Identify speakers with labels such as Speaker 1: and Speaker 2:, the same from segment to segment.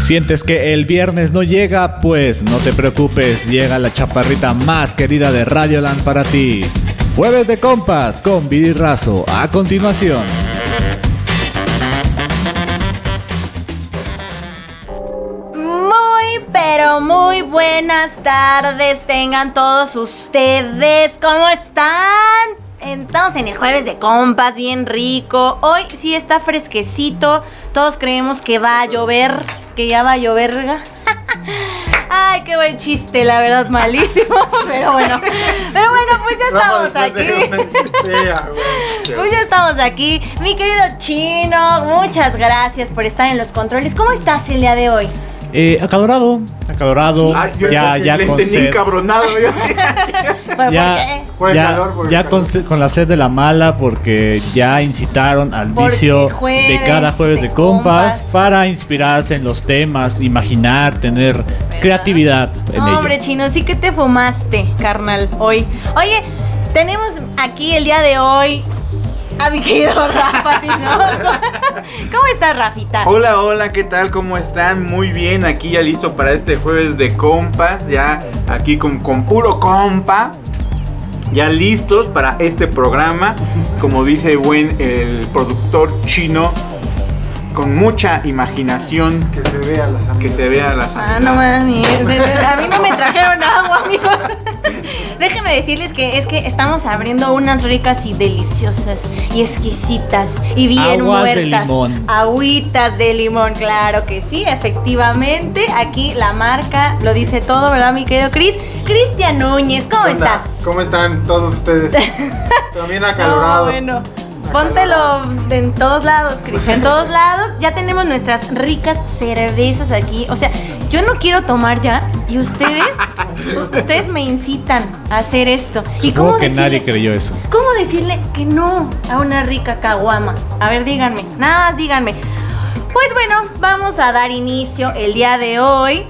Speaker 1: ¿Sientes que el viernes no llega? Pues no te preocupes, llega la chaparrita más querida de Radioland para ti. Jueves de compas con Vidi Razo. A continuación.
Speaker 2: Muy, pero muy buenas tardes tengan todos ustedes. ¿Cómo están? Entonces, en el jueves de compas, bien rico. Hoy sí está fresquecito. Todos creemos que va a llover, que ya va a llover. ¿verdad? Ay, qué buen chiste, la verdad, malísimo. Pero bueno, pero bueno, pues ya estamos aquí. Pues ya estamos aquí. Mi querido Chino, muchas gracias por estar en los controles. ¿Cómo estás el día de hoy?
Speaker 1: Eh, acalorado, acalorado. ya, ya con sed.
Speaker 3: encabronado. yo.
Speaker 2: Bueno,
Speaker 1: Ya,
Speaker 3: Por el
Speaker 1: ya-
Speaker 3: calor, por el
Speaker 1: ya
Speaker 3: calor.
Speaker 1: con, se- con la sed de la mala porque ya incitaron al
Speaker 2: Porque
Speaker 1: vicio de
Speaker 2: jueves
Speaker 1: cada jueves de
Speaker 2: de
Speaker 1: compas,
Speaker 2: compas.
Speaker 1: para inspirarse en los temas, imaginar, tener creatividad en
Speaker 2: No,
Speaker 1: ello.
Speaker 2: Hombre, chino, sí que te fumaste, carnal, hoy. Oye, tenemos aquí el día de hoy a mi querido Rafa Tinoco. ¿Cómo estás, Rafita?
Speaker 3: Hola, hola, ¿qué tal? ¿Cómo están? Muy bien, aquí ya listo para este jueves de compas, ya aquí con, con puro compa. Ya listos para este programa, como dice buen el productor chino, con mucha imaginación
Speaker 4: Que se vea las
Speaker 3: que
Speaker 4: amigas.
Speaker 3: se vea la
Speaker 2: Ah, no
Speaker 3: sangre.
Speaker 2: mames. de- de- A mí no me trajeron agua, amigos. Déjenme decirles que es que estamos abriendo unas ricas y deliciosas y exquisitas y bien
Speaker 1: Aguas de
Speaker 2: muertas.
Speaker 1: limón.
Speaker 2: Agüitas de limón, claro que sí, efectivamente. Aquí la marca lo dice todo, ¿verdad, mi querido Cris? Cristian Núñez, ¿cómo
Speaker 4: ¿Qué onda?
Speaker 2: estás?
Speaker 4: ¿Cómo están todos ustedes? También
Speaker 2: No,
Speaker 4: acalorado.
Speaker 2: bueno. Póntelo
Speaker 4: Acalorado. Pues
Speaker 2: en todos lados, Cris. En todos lados. Ya tenemos nuestras ricas cervezas aquí. O sea, yo no quiero tomar ya. Y ustedes, u- ustedes me incitan a hacer esto. ¿Y
Speaker 1: Supongo
Speaker 2: cómo
Speaker 1: que
Speaker 2: decirle,
Speaker 1: nadie creyó eso.
Speaker 2: ¿Cómo decirle que no a una rica caguama? A ver, díganme. Nada, más díganme. Pues bueno, vamos a dar inicio el día de hoy.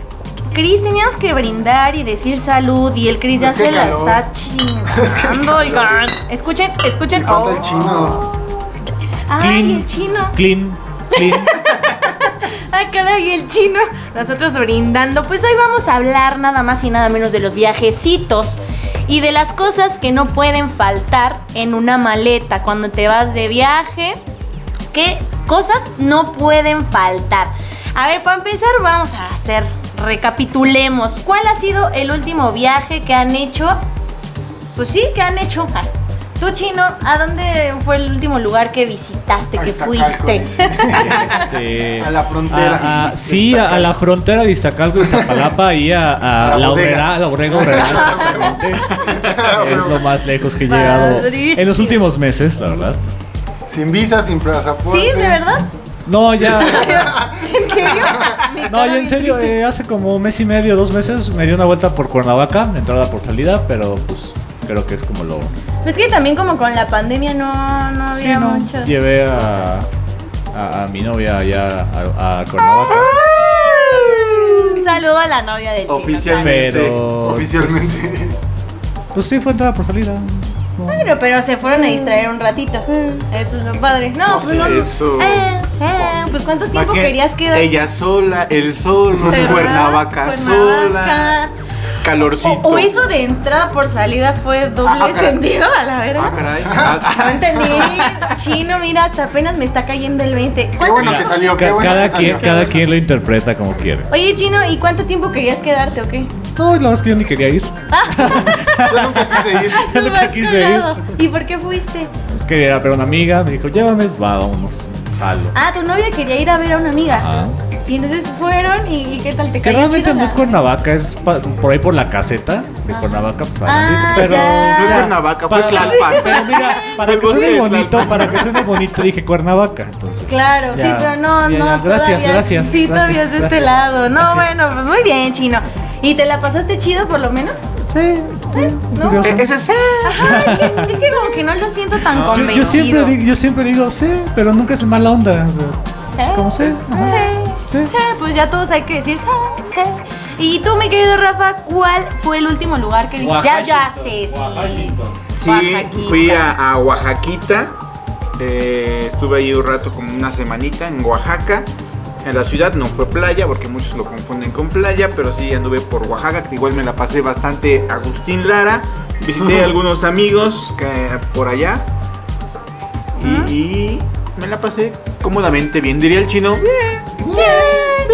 Speaker 2: Cris, teníamos que brindar y decir salud y el Cris ya
Speaker 4: Es que
Speaker 2: se la
Speaker 4: calor.
Speaker 2: está chingando. oigan. Escuchen, escuchen.
Speaker 4: Falta
Speaker 2: Oh.
Speaker 4: el chino.
Speaker 2: Ay,
Speaker 1: Clean.
Speaker 2: el chino.
Speaker 1: Clean, clean.
Speaker 2: Ay, caray, el chino. Nosotros brindando. Pues hoy vamos a hablar nada más y nada menos de los viajecitos y de las cosas que no pueden faltar en una maleta cuando te vas de viaje. ¿Qué cosas no pueden faltar? A ver, para empezar vamos a hacer, recapitulemos. ¿Cuál ha sido el último viaje que han hecho? Pues sí, que han hecho. Ay, Tú, chino, ¿a dónde fue el último lugar que visitaste, que
Speaker 4: Hasta
Speaker 2: fuiste?
Speaker 4: Calco,
Speaker 1: Este,
Speaker 4: A la frontera.
Speaker 1: a- a- sí, a, a la frontera de Iztacalco y Zapalapa y a, a
Speaker 4: La
Speaker 1: la
Speaker 4: bodega.
Speaker 1: obrera, la obrega obrera, exactamente. es lo más lejos que he llegado en los
Speaker 2: Padrísimo.
Speaker 1: últimos meses, la verdad.
Speaker 4: dice. Sin visa, sin pasaporte.
Speaker 2: Sí, de verdad.
Speaker 1: No, ya,
Speaker 2: ¿En serio?
Speaker 1: No, yo en serio, eh, hace como mes y medio, dos meses, me di una vuelta por Cuernavaca, entrada por salida, pero pues creo que es como lo...
Speaker 2: Pues que también como con la pandemia no, no
Speaker 1: Sí,
Speaker 2: había
Speaker 1: ¿no?
Speaker 2: muchas
Speaker 1: Llevé a,
Speaker 2: cosas.
Speaker 1: a, a mi novia allá a, a Cuernavaca,
Speaker 2: Un saludo a la novia del chino.
Speaker 3: Oficialmente.
Speaker 1: pero...
Speaker 4: Oficialmente.
Speaker 1: Pues, pues sí, fue entrada por salida. no.
Speaker 2: claro. Bueno, pero se fueron a distraer un ratito.
Speaker 1: Mm.
Speaker 2: Eso es lo padre. No, pues no.
Speaker 3: Eso.
Speaker 2: Eh, eh, pues cuánto tiempo
Speaker 3: Imagina-
Speaker 2: querías quedar.
Speaker 3: Ella sola, él solo,
Speaker 2: ¿Verdad?
Speaker 3: Cuernavaca, sola,
Speaker 2: Cuernavaca.
Speaker 3: calorcito.
Speaker 2: O, o eso de entrada por salida fue doble
Speaker 3: Ah, ah, caray.
Speaker 2: sentido a la verga.
Speaker 3: Ah, caray. Ah,
Speaker 2: No
Speaker 3: ah,
Speaker 2: entendí. Chino, mira, hasta apenas me está cayendo el 20.
Speaker 4: Qué bueno que salió, qué
Speaker 1: Ca-
Speaker 4: bueno
Speaker 1: cada
Speaker 4: que salió.
Speaker 1: quien, cada quien lo interpreta como quiere.
Speaker 2: Oye, Chino, ¿y cuánto tiempo querías quedarte o qué?
Speaker 1: No, la verdad es que yo ni quería ir.
Speaker 4: Yo nunca quise ir.
Speaker 1: Yo
Speaker 2: Tú
Speaker 1: nunca
Speaker 2: vas
Speaker 1: quise ir.
Speaker 2: cagado. ¿Y por qué fuiste?
Speaker 1: Pues quería ir a ver a una amiga, me dijo, llévame, va, vámonos, jalo.
Speaker 2: Ah, tu novia quería ir a ver a una amiga.
Speaker 1: Ah.
Speaker 2: Y entonces fueron y, y ¿qué tal? ¿Te
Speaker 1: Que
Speaker 2: cayó
Speaker 1: realmente
Speaker 2: chido
Speaker 1: no
Speaker 2: la-
Speaker 1: es Cuernavaca, es pa- por ahí por la caseta de
Speaker 2: Ah.
Speaker 1: Cuernavaca. pues,
Speaker 2: Ah,
Speaker 1: pero
Speaker 2: ya.
Speaker 3: No es Cuernavaca, fue
Speaker 1: para-
Speaker 3: Tlalpan.
Speaker 1: Pero mira, para
Speaker 3: Fue
Speaker 1: que suene
Speaker 3: bosque de
Speaker 1: bonito,
Speaker 3: Tlalpan.
Speaker 1: para que suene bonito, dije Cuernavaca. Entonces,
Speaker 2: Claro, sí,
Speaker 1: ya,
Speaker 2: pero no,
Speaker 1: ya,
Speaker 2: no.
Speaker 1: ya. Gracias,
Speaker 2: todavía-
Speaker 1: gracias.
Speaker 2: Sí,
Speaker 1: gracias,
Speaker 2: todavía es de este
Speaker 1: gracias.
Speaker 2: lado. No,
Speaker 1: Gracias.
Speaker 2: bueno, pues muy bien, Chino. ¿Y te la pasaste chido por lo menos?
Speaker 1: Sí, sí,
Speaker 2: ¿no?
Speaker 1: curioso.
Speaker 3: e- Ese es
Speaker 2: Ajá, es que, es que como que no lo siento tan
Speaker 1: Yo- yo,
Speaker 2: convencido.
Speaker 1: siempre digo, yo siempre digo, sí, pero nunca es mala onda. o sea,
Speaker 2: Sí.
Speaker 1: es como sí. ajá.
Speaker 2: Sí, sí, pues ya todos hay que decir sí, sí. Y tú, mi querido Rafa, ¿cuál fue el último lugar que visitaste? Ya, ya sé, sí.
Speaker 3: Sí,
Speaker 2: Oaxaquita.
Speaker 3: fui a, a Oaxaquita. eh, estuve ahí un rato, como una semanita en Oaxaca. en la ciudad, no fue playa, porque muchos lo confunden con playa, pero sí anduve por Oaxaca, que igual me la pasé bastante Agustín Lara. Visité algunos amigos que, por allá y, y me la pasé cómodamente bien. Diría el chino,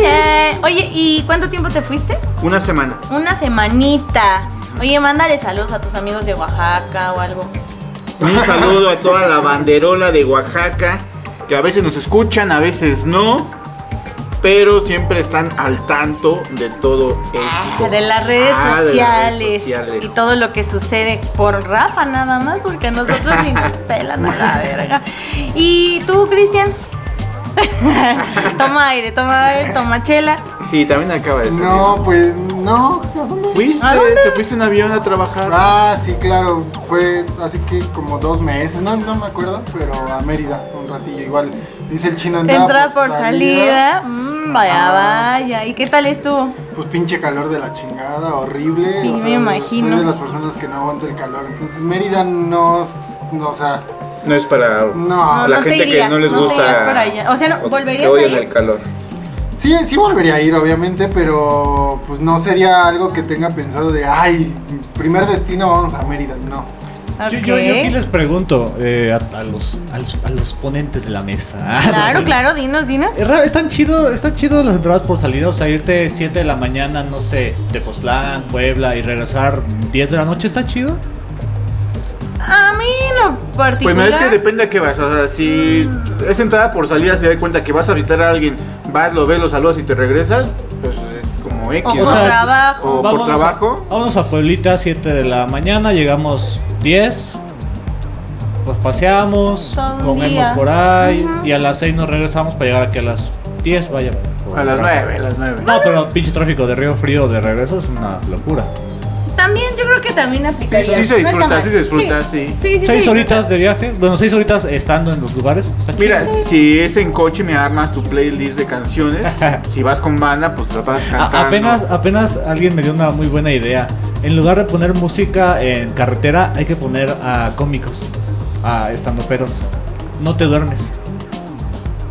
Speaker 2: Eh, Oye, ¿y cuánto tiempo te fuiste?
Speaker 3: una semana.
Speaker 2: Una semanita. Oye, mándale saludos a tus amigos de Oaxaca o algo.
Speaker 3: Un saludo a toda la banderola de Oaxaca, que a veces nos escuchan, a veces no, pero siempre están al tanto de todo esto.
Speaker 2: De las redes
Speaker 3: Ah, de las redes
Speaker 2: sociales
Speaker 3: sociales.
Speaker 2: y todo lo que sucede por Rafa nada más, porque a nosotros ni nos pelan a la verga. ¿Y tú, Cristian? toma aire, toma aire, toma chela.
Speaker 3: Sí, también acaba de
Speaker 4: No, pues no. ¿a dónde?
Speaker 3: ¿Fuiste?
Speaker 2: ¿A dónde?
Speaker 3: ¿Te fuiste en avión a trabajar?
Speaker 4: Ah, sí, claro. Fue así que como dos meses, no, no me acuerdo, pero a Mérida, un ratillo. Igual dice el chino pues, andaba
Speaker 2: Entra por salida. Mm, vaya,
Speaker 4: Ajá.
Speaker 2: vaya. ¿Y qué tal estuvo?
Speaker 4: Pues pinche calor de la chingada, horrible.
Speaker 2: Sí, me imagino.
Speaker 4: Soy de las personas que no aguanto el calor. Entonces Mérida no, es- no, o sea,
Speaker 3: No es para
Speaker 4: no.
Speaker 3: a Ah, la
Speaker 2: no te
Speaker 3: gente que
Speaker 2: irías,
Speaker 3: no les
Speaker 2: no te
Speaker 3: gusta.
Speaker 2: irías para allá. O sea, no,
Speaker 3: que
Speaker 2: ¿volverías
Speaker 3: odian
Speaker 2: a ir?
Speaker 3: el calor.
Speaker 4: Sí, sí volvería a ir, obviamente, pero pues no sería algo que tenga pensado de, ay, primer destino vamos a Mérida, no.
Speaker 1: Yo, yo- yo aquí
Speaker 2: Ok.
Speaker 1: les pregunto eh, a, a los, a, los, a los ponentes de la mesa.
Speaker 2: Claro, claro, dinos, dinos.
Speaker 1: Es raro, Están chido, están chidos las entradas por salida, o sea, irte 7 de la mañana, no sé, de Postlán, Puebla y regresar 10 de la noche, está chido.
Speaker 2: A mí no
Speaker 3: Pues
Speaker 2: particular.
Speaker 3: no, es que depende a qué vas. O sea, si
Speaker 2: Mm.
Speaker 3: es entrada por salida, se da cuenta que vas a visitar a alguien, vas, lo ves, lo saludas y te regresas, pues es como X.
Speaker 2: O
Speaker 3: ¿no?
Speaker 2: por
Speaker 1: sea,
Speaker 2: trabajo.
Speaker 3: o- por
Speaker 1: Vámonos a-
Speaker 3: trabajo.
Speaker 1: vámonos a Pueblita, 7 de la mañana, llegamos 10. Pues paseamos,
Speaker 2: Todo un
Speaker 1: comemos
Speaker 2: día.
Speaker 1: por ahí
Speaker 2: Ujú.
Speaker 1: y a las 6 nos regresamos para llegar aquí a las 10, vaya. por
Speaker 3: A
Speaker 1: el
Speaker 3: las
Speaker 1: tráfico.
Speaker 3: 9, a las 9.
Speaker 1: No, pero pinche tráfico de Río Frío de regreso es una locura.
Speaker 2: También, yo creo que también aplicaría.
Speaker 3: Sí, sí se
Speaker 2: No está
Speaker 3: disfruta,
Speaker 2: mal.
Speaker 3: sí se disfruta, sí.
Speaker 2: Sí, sí,
Speaker 1: Seis
Speaker 2: sí.
Speaker 1: horitas de viaje, bueno, seis horitas estando en los lugares. está chido.
Speaker 3: Mira, si es en coche, me armas tu playlist de canciones. si vas con banda, pues te vas
Speaker 1: A-
Speaker 3: cantando.
Speaker 1: apenas, apenas alguien me dio una muy buena idea. En lugar de poner música en carretera, hay que poner a cómicos, a estandoperos. No te duermes.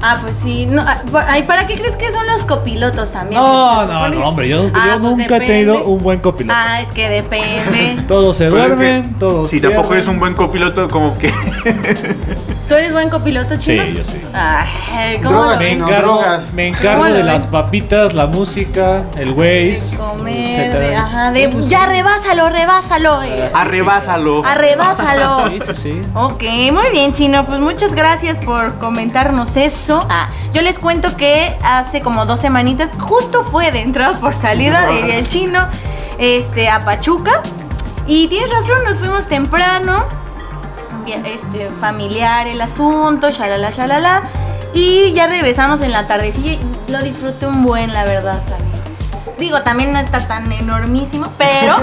Speaker 2: Ah, pues sí. No, ah, por- ay, ¿Para qué crees que son los copilotos también?
Speaker 1: No,
Speaker 2: Se
Speaker 1: no,
Speaker 2: supone-
Speaker 1: no, hombre, yo, yo
Speaker 2: Ah, pues
Speaker 1: nunca he tenido
Speaker 2: depende.
Speaker 1: un buen copiloto.
Speaker 2: Ah, es que depende.
Speaker 1: Todos se
Speaker 3: Pero es que
Speaker 1: duermen, todos.
Speaker 3: Si tampoco
Speaker 1: pierden.
Speaker 3: eres un buen copiloto, como que.
Speaker 2: ¿Tú eres buen copiloto, chino?
Speaker 1: Sí, yo sí.
Speaker 2: Ay, ¿cómo
Speaker 4: Drogas,
Speaker 2: lo-
Speaker 1: Me
Speaker 4: No,
Speaker 1: encargo,
Speaker 4: drogas.
Speaker 1: me encargo
Speaker 2: Bueno,
Speaker 1: de
Speaker 2: eh.
Speaker 1: las papitas, la música, el Waze.
Speaker 2: de comer,
Speaker 1: etcétera.
Speaker 2: de, ajá, de,
Speaker 1: Pues, Ah,
Speaker 2: ya rebásalo, rebásalo. eh.
Speaker 3: Arrebásalo.
Speaker 2: Arrebásalo.
Speaker 1: Sí, sí, sí.
Speaker 2: Ok, muy bien, Chino. Pues muchas gracias por comentarnos eso. Ah, yo les cuento que hace como dos semanitas, justo fue de entrada por salida, diría el chino, este, a Pachuca. Y tienes razón, nos fuimos temprano. Bien, Este, familiar el asunto, shalala, shalala. Y ya regresamos en la tardecilla. y Lo disfruté un buen, la verdad, también. Digo, también no está tan enormísimo, pero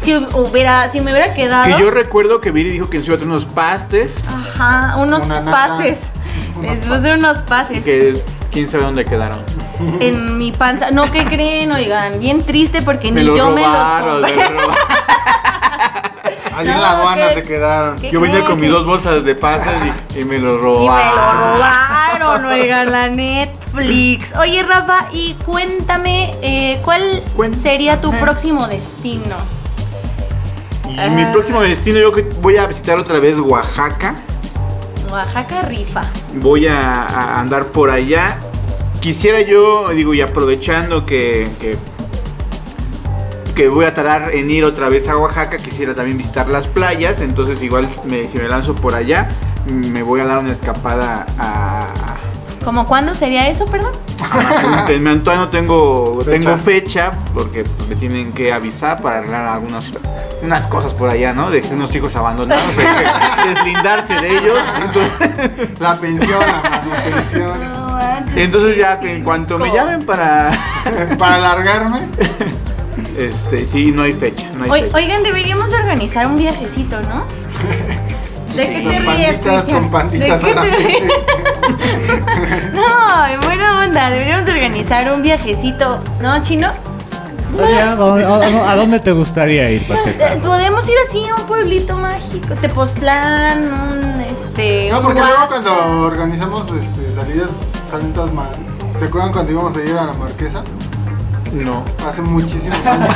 Speaker 2: si hubiera, si me hubiera quedado.
Speaker 3: Que yo recuerdo que Viri dijo que nos iba a traer unos pastes
Speaker 2: Ajá, unos
Speaker 4: Una nata.
Speaker 2: pases.
Speaker 4: Unos
Speaker 2: Les puse unos
Speaker 3: y
Speaker 2: pases
Speaker 3: que quién sabe dónde quedaron.
Speaker 2: en mi panza. No, ¿qué creen? Oigan, bien triste porque
Speaker 3: Me
Speaker 2: ni
Speaker 3: los
Speaker 2: yo me los
Speaker 3: robaron,
Speaker 2: compré.
Speaker 3: me los robaron.
Speaker 4: Ahí en
Speaker 2: No,
Speaker 4: la aduana
Speaker 2: ¿qué?
Speaker 4: se quedaron.
Speaker 2: ¿Qué
Speaker 3: Yo venía
Speaker 2: creen?
Speaker 3: con mis dos bolsas de pasas y, y me los
Speaker 2: Y me lo
Speaker 3: robaron.
Speaker 2: robaron, oigan, la Netflix. Oye, Rafa, y cuéntame, eh, ¿cuál
Speaker 3: Cuéntame.
Speaker 2: sería tu próximo destino?
Speaker 3: Y mi próximo destino, yo que voy a visitar otra vez Oaxaca.
Speaker 2: Oaxaca rifa.
Speaker 3: voy a, a andar por allá. Quisiera yo, digo, y aprovechando que, que, que voy a tardar en ir otra vez a Oaxaca, quisiera también visitar las playas, entonces igual me- si me lanzo por allá, me voy a dar una escapada a...
Speaker 2: ¿Cómo cuándo sería eso, perdón?
Speaker 3: Te- me- Todavía no tengo,
Speaker 4: Fecha.
Speaker 3: tengo fecha porque pues, me tienen que avisar para arreglar algunas unas cosas por allá, ¿no? De unos hijos abandonados, hay que deslindarse de ellos. Entonces,
Speaker 4: La pensión, la manutención.
Speaker 2: No, antes
Speaker 3: entonces
Speaker 2: de
Speaker 3: ya en cuanto me
Speaker 2: cinco.
Speaker 3: llamen para,
Speaker 4: Para alargarme,
Speaker 3: Este, sí, no hay fecha, no hay
Speaker 2: Oi-
Speaker 3: fecha.
Speaker 2: oigan, deberíamos organizar un viajecito, ¿no? ¿De qué
Speaker 4: Sí.
Speaker 2: te
Speaker 4: Con
Speaker 2: ríes,
Speaker 4: panditas,
Speaker 2: Cristian?
Speaker 4: con panditas
Speaker 2: ¿De qué te
Speaker 4: solamente.
Speaker 2: ríes? No, en buena onda, deberíamos organizar un viejecito, ¿no, Chino?
Speaker 1: Está bien, ¿a, a- a- a dónde te gustaría ir para
Speaker 2: Eh, Podemos ir así a un pueblito mágico, Tepoztlán, un este...
Speaker 4: No,
Speaker 2: un
Speaker 4: porque luego
Speaker 2: Huasca.
Speaker 4: cuando organizamos este, salidas salen todas mal. ¿Se acuerdan cuando íbamos a ir a la marquesa?
Speaker 3: No.
Speaker 4: Hace muchísimos años.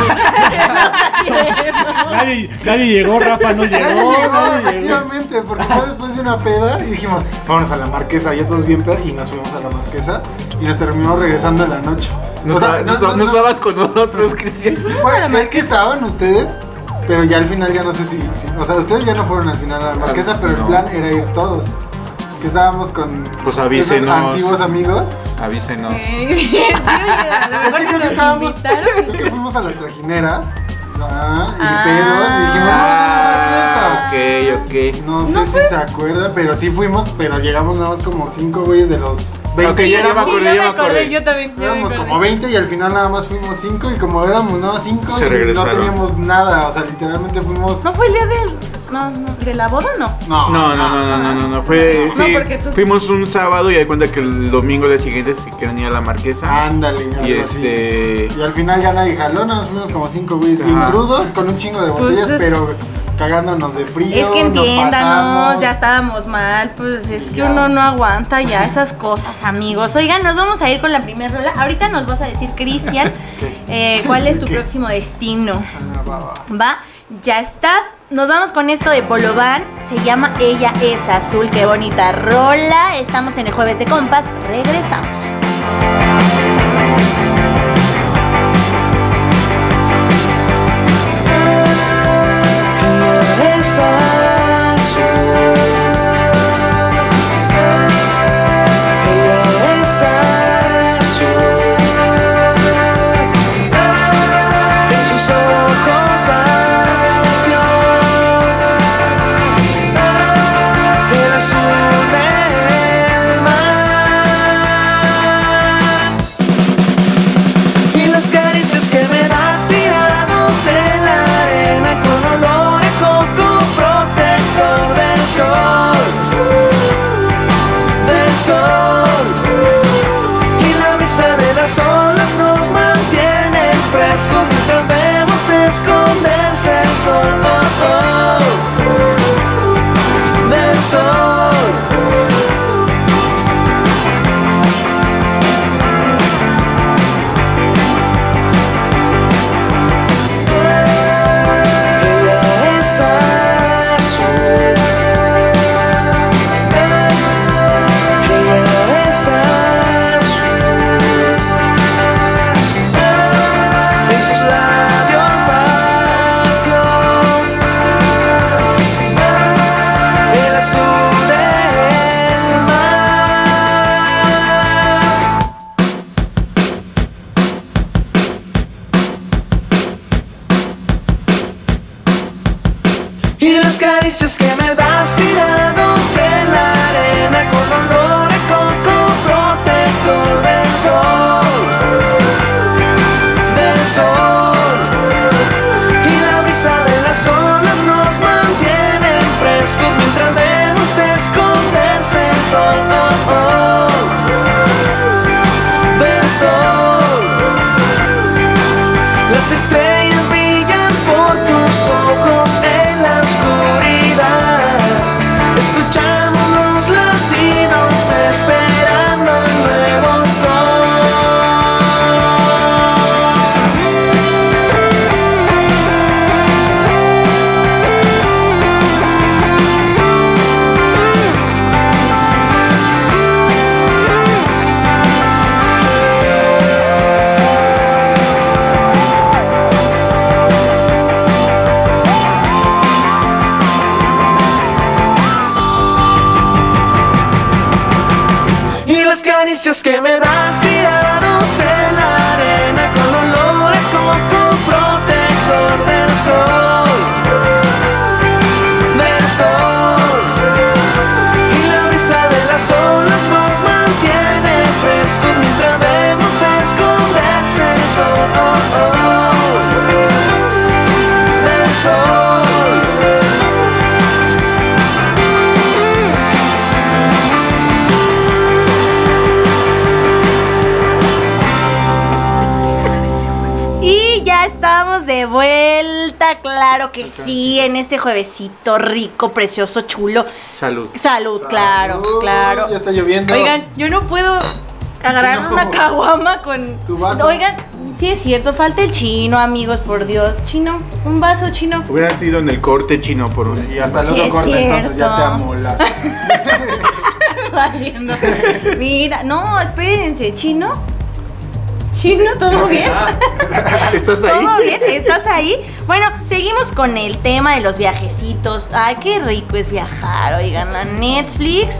Speaker 1: Nadie, nadie llegó, Rafa no llegó.
Speaker 4: Nadie llegó,
Speaker 1: nadie llegó.
Speaker 4: efectivamente, porque fue después de una peda y dijimos, vámonos a la marquesa, ya todos bien pedos, y nos fuimos a la marquesa y nos terminamos regresando en la noche.
Speaker 3: No,
Speaker 4: O sea,
Speaker 3: estaba- no estaba- no estabas con nosotros, Cristian.
Speaker 4: Bueno, es que estaban ustedes, pero ya al final ya no sé si, si- O sea, ustedes ya no fueron al final a la marquesa, pero
Speaker 3: No.
Speaker 4: el plan era ir todos. Que estábamos con
Speaker 3: Pues
Speaker 4: esos
Speaker 3: avísenos.
Speaker 4: antiguos amigos.
Speaker 3: Avísenos.
Speaker 2: Sí, oye, a lo
Speaker 4: Es que
Speaker 2: mejor
Speaker 4: creo que
Speaker 2: nos
Speaker 4: estábamos.
Speaker 2: invitaron.
Speaker 4: Creo que fuimos a las trajineras. Ah, y
Speaker 2: Ah.
Speaker 4: pedos. Y dijimos, vamos a la marquesa.
Speaker 3: Ah, ok, ok.
Speaker 4: No sé si se acuerda, pero sí fuimos, pero llegamos nada más como 5 güeyes de los 20.
Speaker 3: Ok, ya, ya me acordé,
Speaker 2: Sí,
Speaker 3: ya me acordé.
Speaker 2: yo también. yo me
Speaker 4: Éramos
Speaker 2: acordé.
Speaker 4: como 20 y al final nada más fuimos 5 y como éramos nada 5
Speaker 3: Se
Speaker 4: no
Speaker 3: regresaron.
Speaker 4: teníamos nada, o sea, literalmente fuimos...
Speaker 2: ¿No fue el día del. No, no, de la boda no?
Speaker 4: No,
Speaker 3: No, no, no, Ah, no, no, no, no, Fue,
Speaker 2: No,
Speaker 3: sí,
Speaker 2: porque tú-
Speaker 3: fuimos un sábado y de cuenta que el domingo día siguiente se quieren ir a la marquesa.
Speaker 4: Ándale,
Speaker 3: y
Speaker 4: algo así.
Speaker 3: este.
Speaker 4: Y al final ya nadie jaló, nada más fuimos como 5 güeyes bien
Speaker 3: Ajá.
Speaker 4: crudos, con un chingo de
Speaker 2: Pues
Speaker 4: botellas,
Speaker 2: es-
Speaker 4: pero cagándonos de frío.
Speaker 2: Es que
Speaker 4: nos
Speaker 2: entiéndanos,
Speaker 4: pasamos.
Speaker 2: ya estábamos mal, pues es que
Speaker 4: Ya.
Speaker 2: uno no aguanta ya esas cosas, amigos. Oigan, nos vamos a ir con la primera rola. Ahorita nos vas a decir, Cristian,
Speaker 4: ¿Qué?
Speaker 2: eh, cuál es tu
Speaker 4: ¿Qué?
Speaker 2: próximo destino.
Speaker 4: Ah, va, va.
Speaker 2: Va, ya estás. Nos vamos con esto de Bolovan. Se llama Ella es Azul. Qué bonita rola. Estamos en el jueves de compas. Regresamos.
Speaker 5: Ella es azul. Ella es azul. En sus ojos vació el azul del mar y las caricias que me das tirados en la arena con olor a coco protector del sol, del sol y la brisa de las olas nos mantiene frescos mientras vemos esconderse el sol, oh, oh, del sol. Ella es azul. Ella es azul. En sus labios vacío el azul del mar. Y las caricias que me das tirados en la arena con olor a coco protector del sol, del sol. Y la brisa de las olas nos mantiene frescos mientras vemos esconderse el sol, oh, oh, del sol. Las estrellas brillan por tus ojos en la oscuridad. Escuchamos los latidos esperando el nuevo sol. Y las caricias que me das tirados en la arena con olor a coco protector del sol, del sol. Y la brisa de las olas nos mantiene frescos mientras vemos esconderse el sol, del sol.
Speaker 2: Y ya estamos de vuelta, claro que sí, en este juevesito rico, precioso, chulo.
Speaker 3: Salud.
Speaker 2: Salud, claro,
Speaker 4: Salud,
Speaker 2: claro.
Speaker 4: Ya está lloviendo.
Speaker 2: Oigan, yo no puedo agarrar
Speaker 4: No.
Speaker 2: una caguama con.
Speaker 4: Tu vaso.
Speaker 2: Oigan, sí es cierto, falta el chino, amigos, por Dios. Chino, un vaso chino.
Speaker 3: Hubiera sido en el corte chino por un
Speaker 4: Sí, hasta el
Speaker 2: Sí,
Speaker 4: otro
Speaker 2: es
Speaker 4: corte, entonces ya te
Speaker 2: cierto.
Speaker 4: amolas.
Speaker 2: Valiendo. Mira, no, espérense, chino. Chino, ¿todo bien?
Speaker 3: Ah, ¿Estás
Speaker 2: ¿Todo
Speaker 3: ahí?
Speaker 2: bien? ¿Estás ahí? Bueno, seguimos con el tema de los viajecitos. Ay, qué rico es viajar, oigan, a Netflix.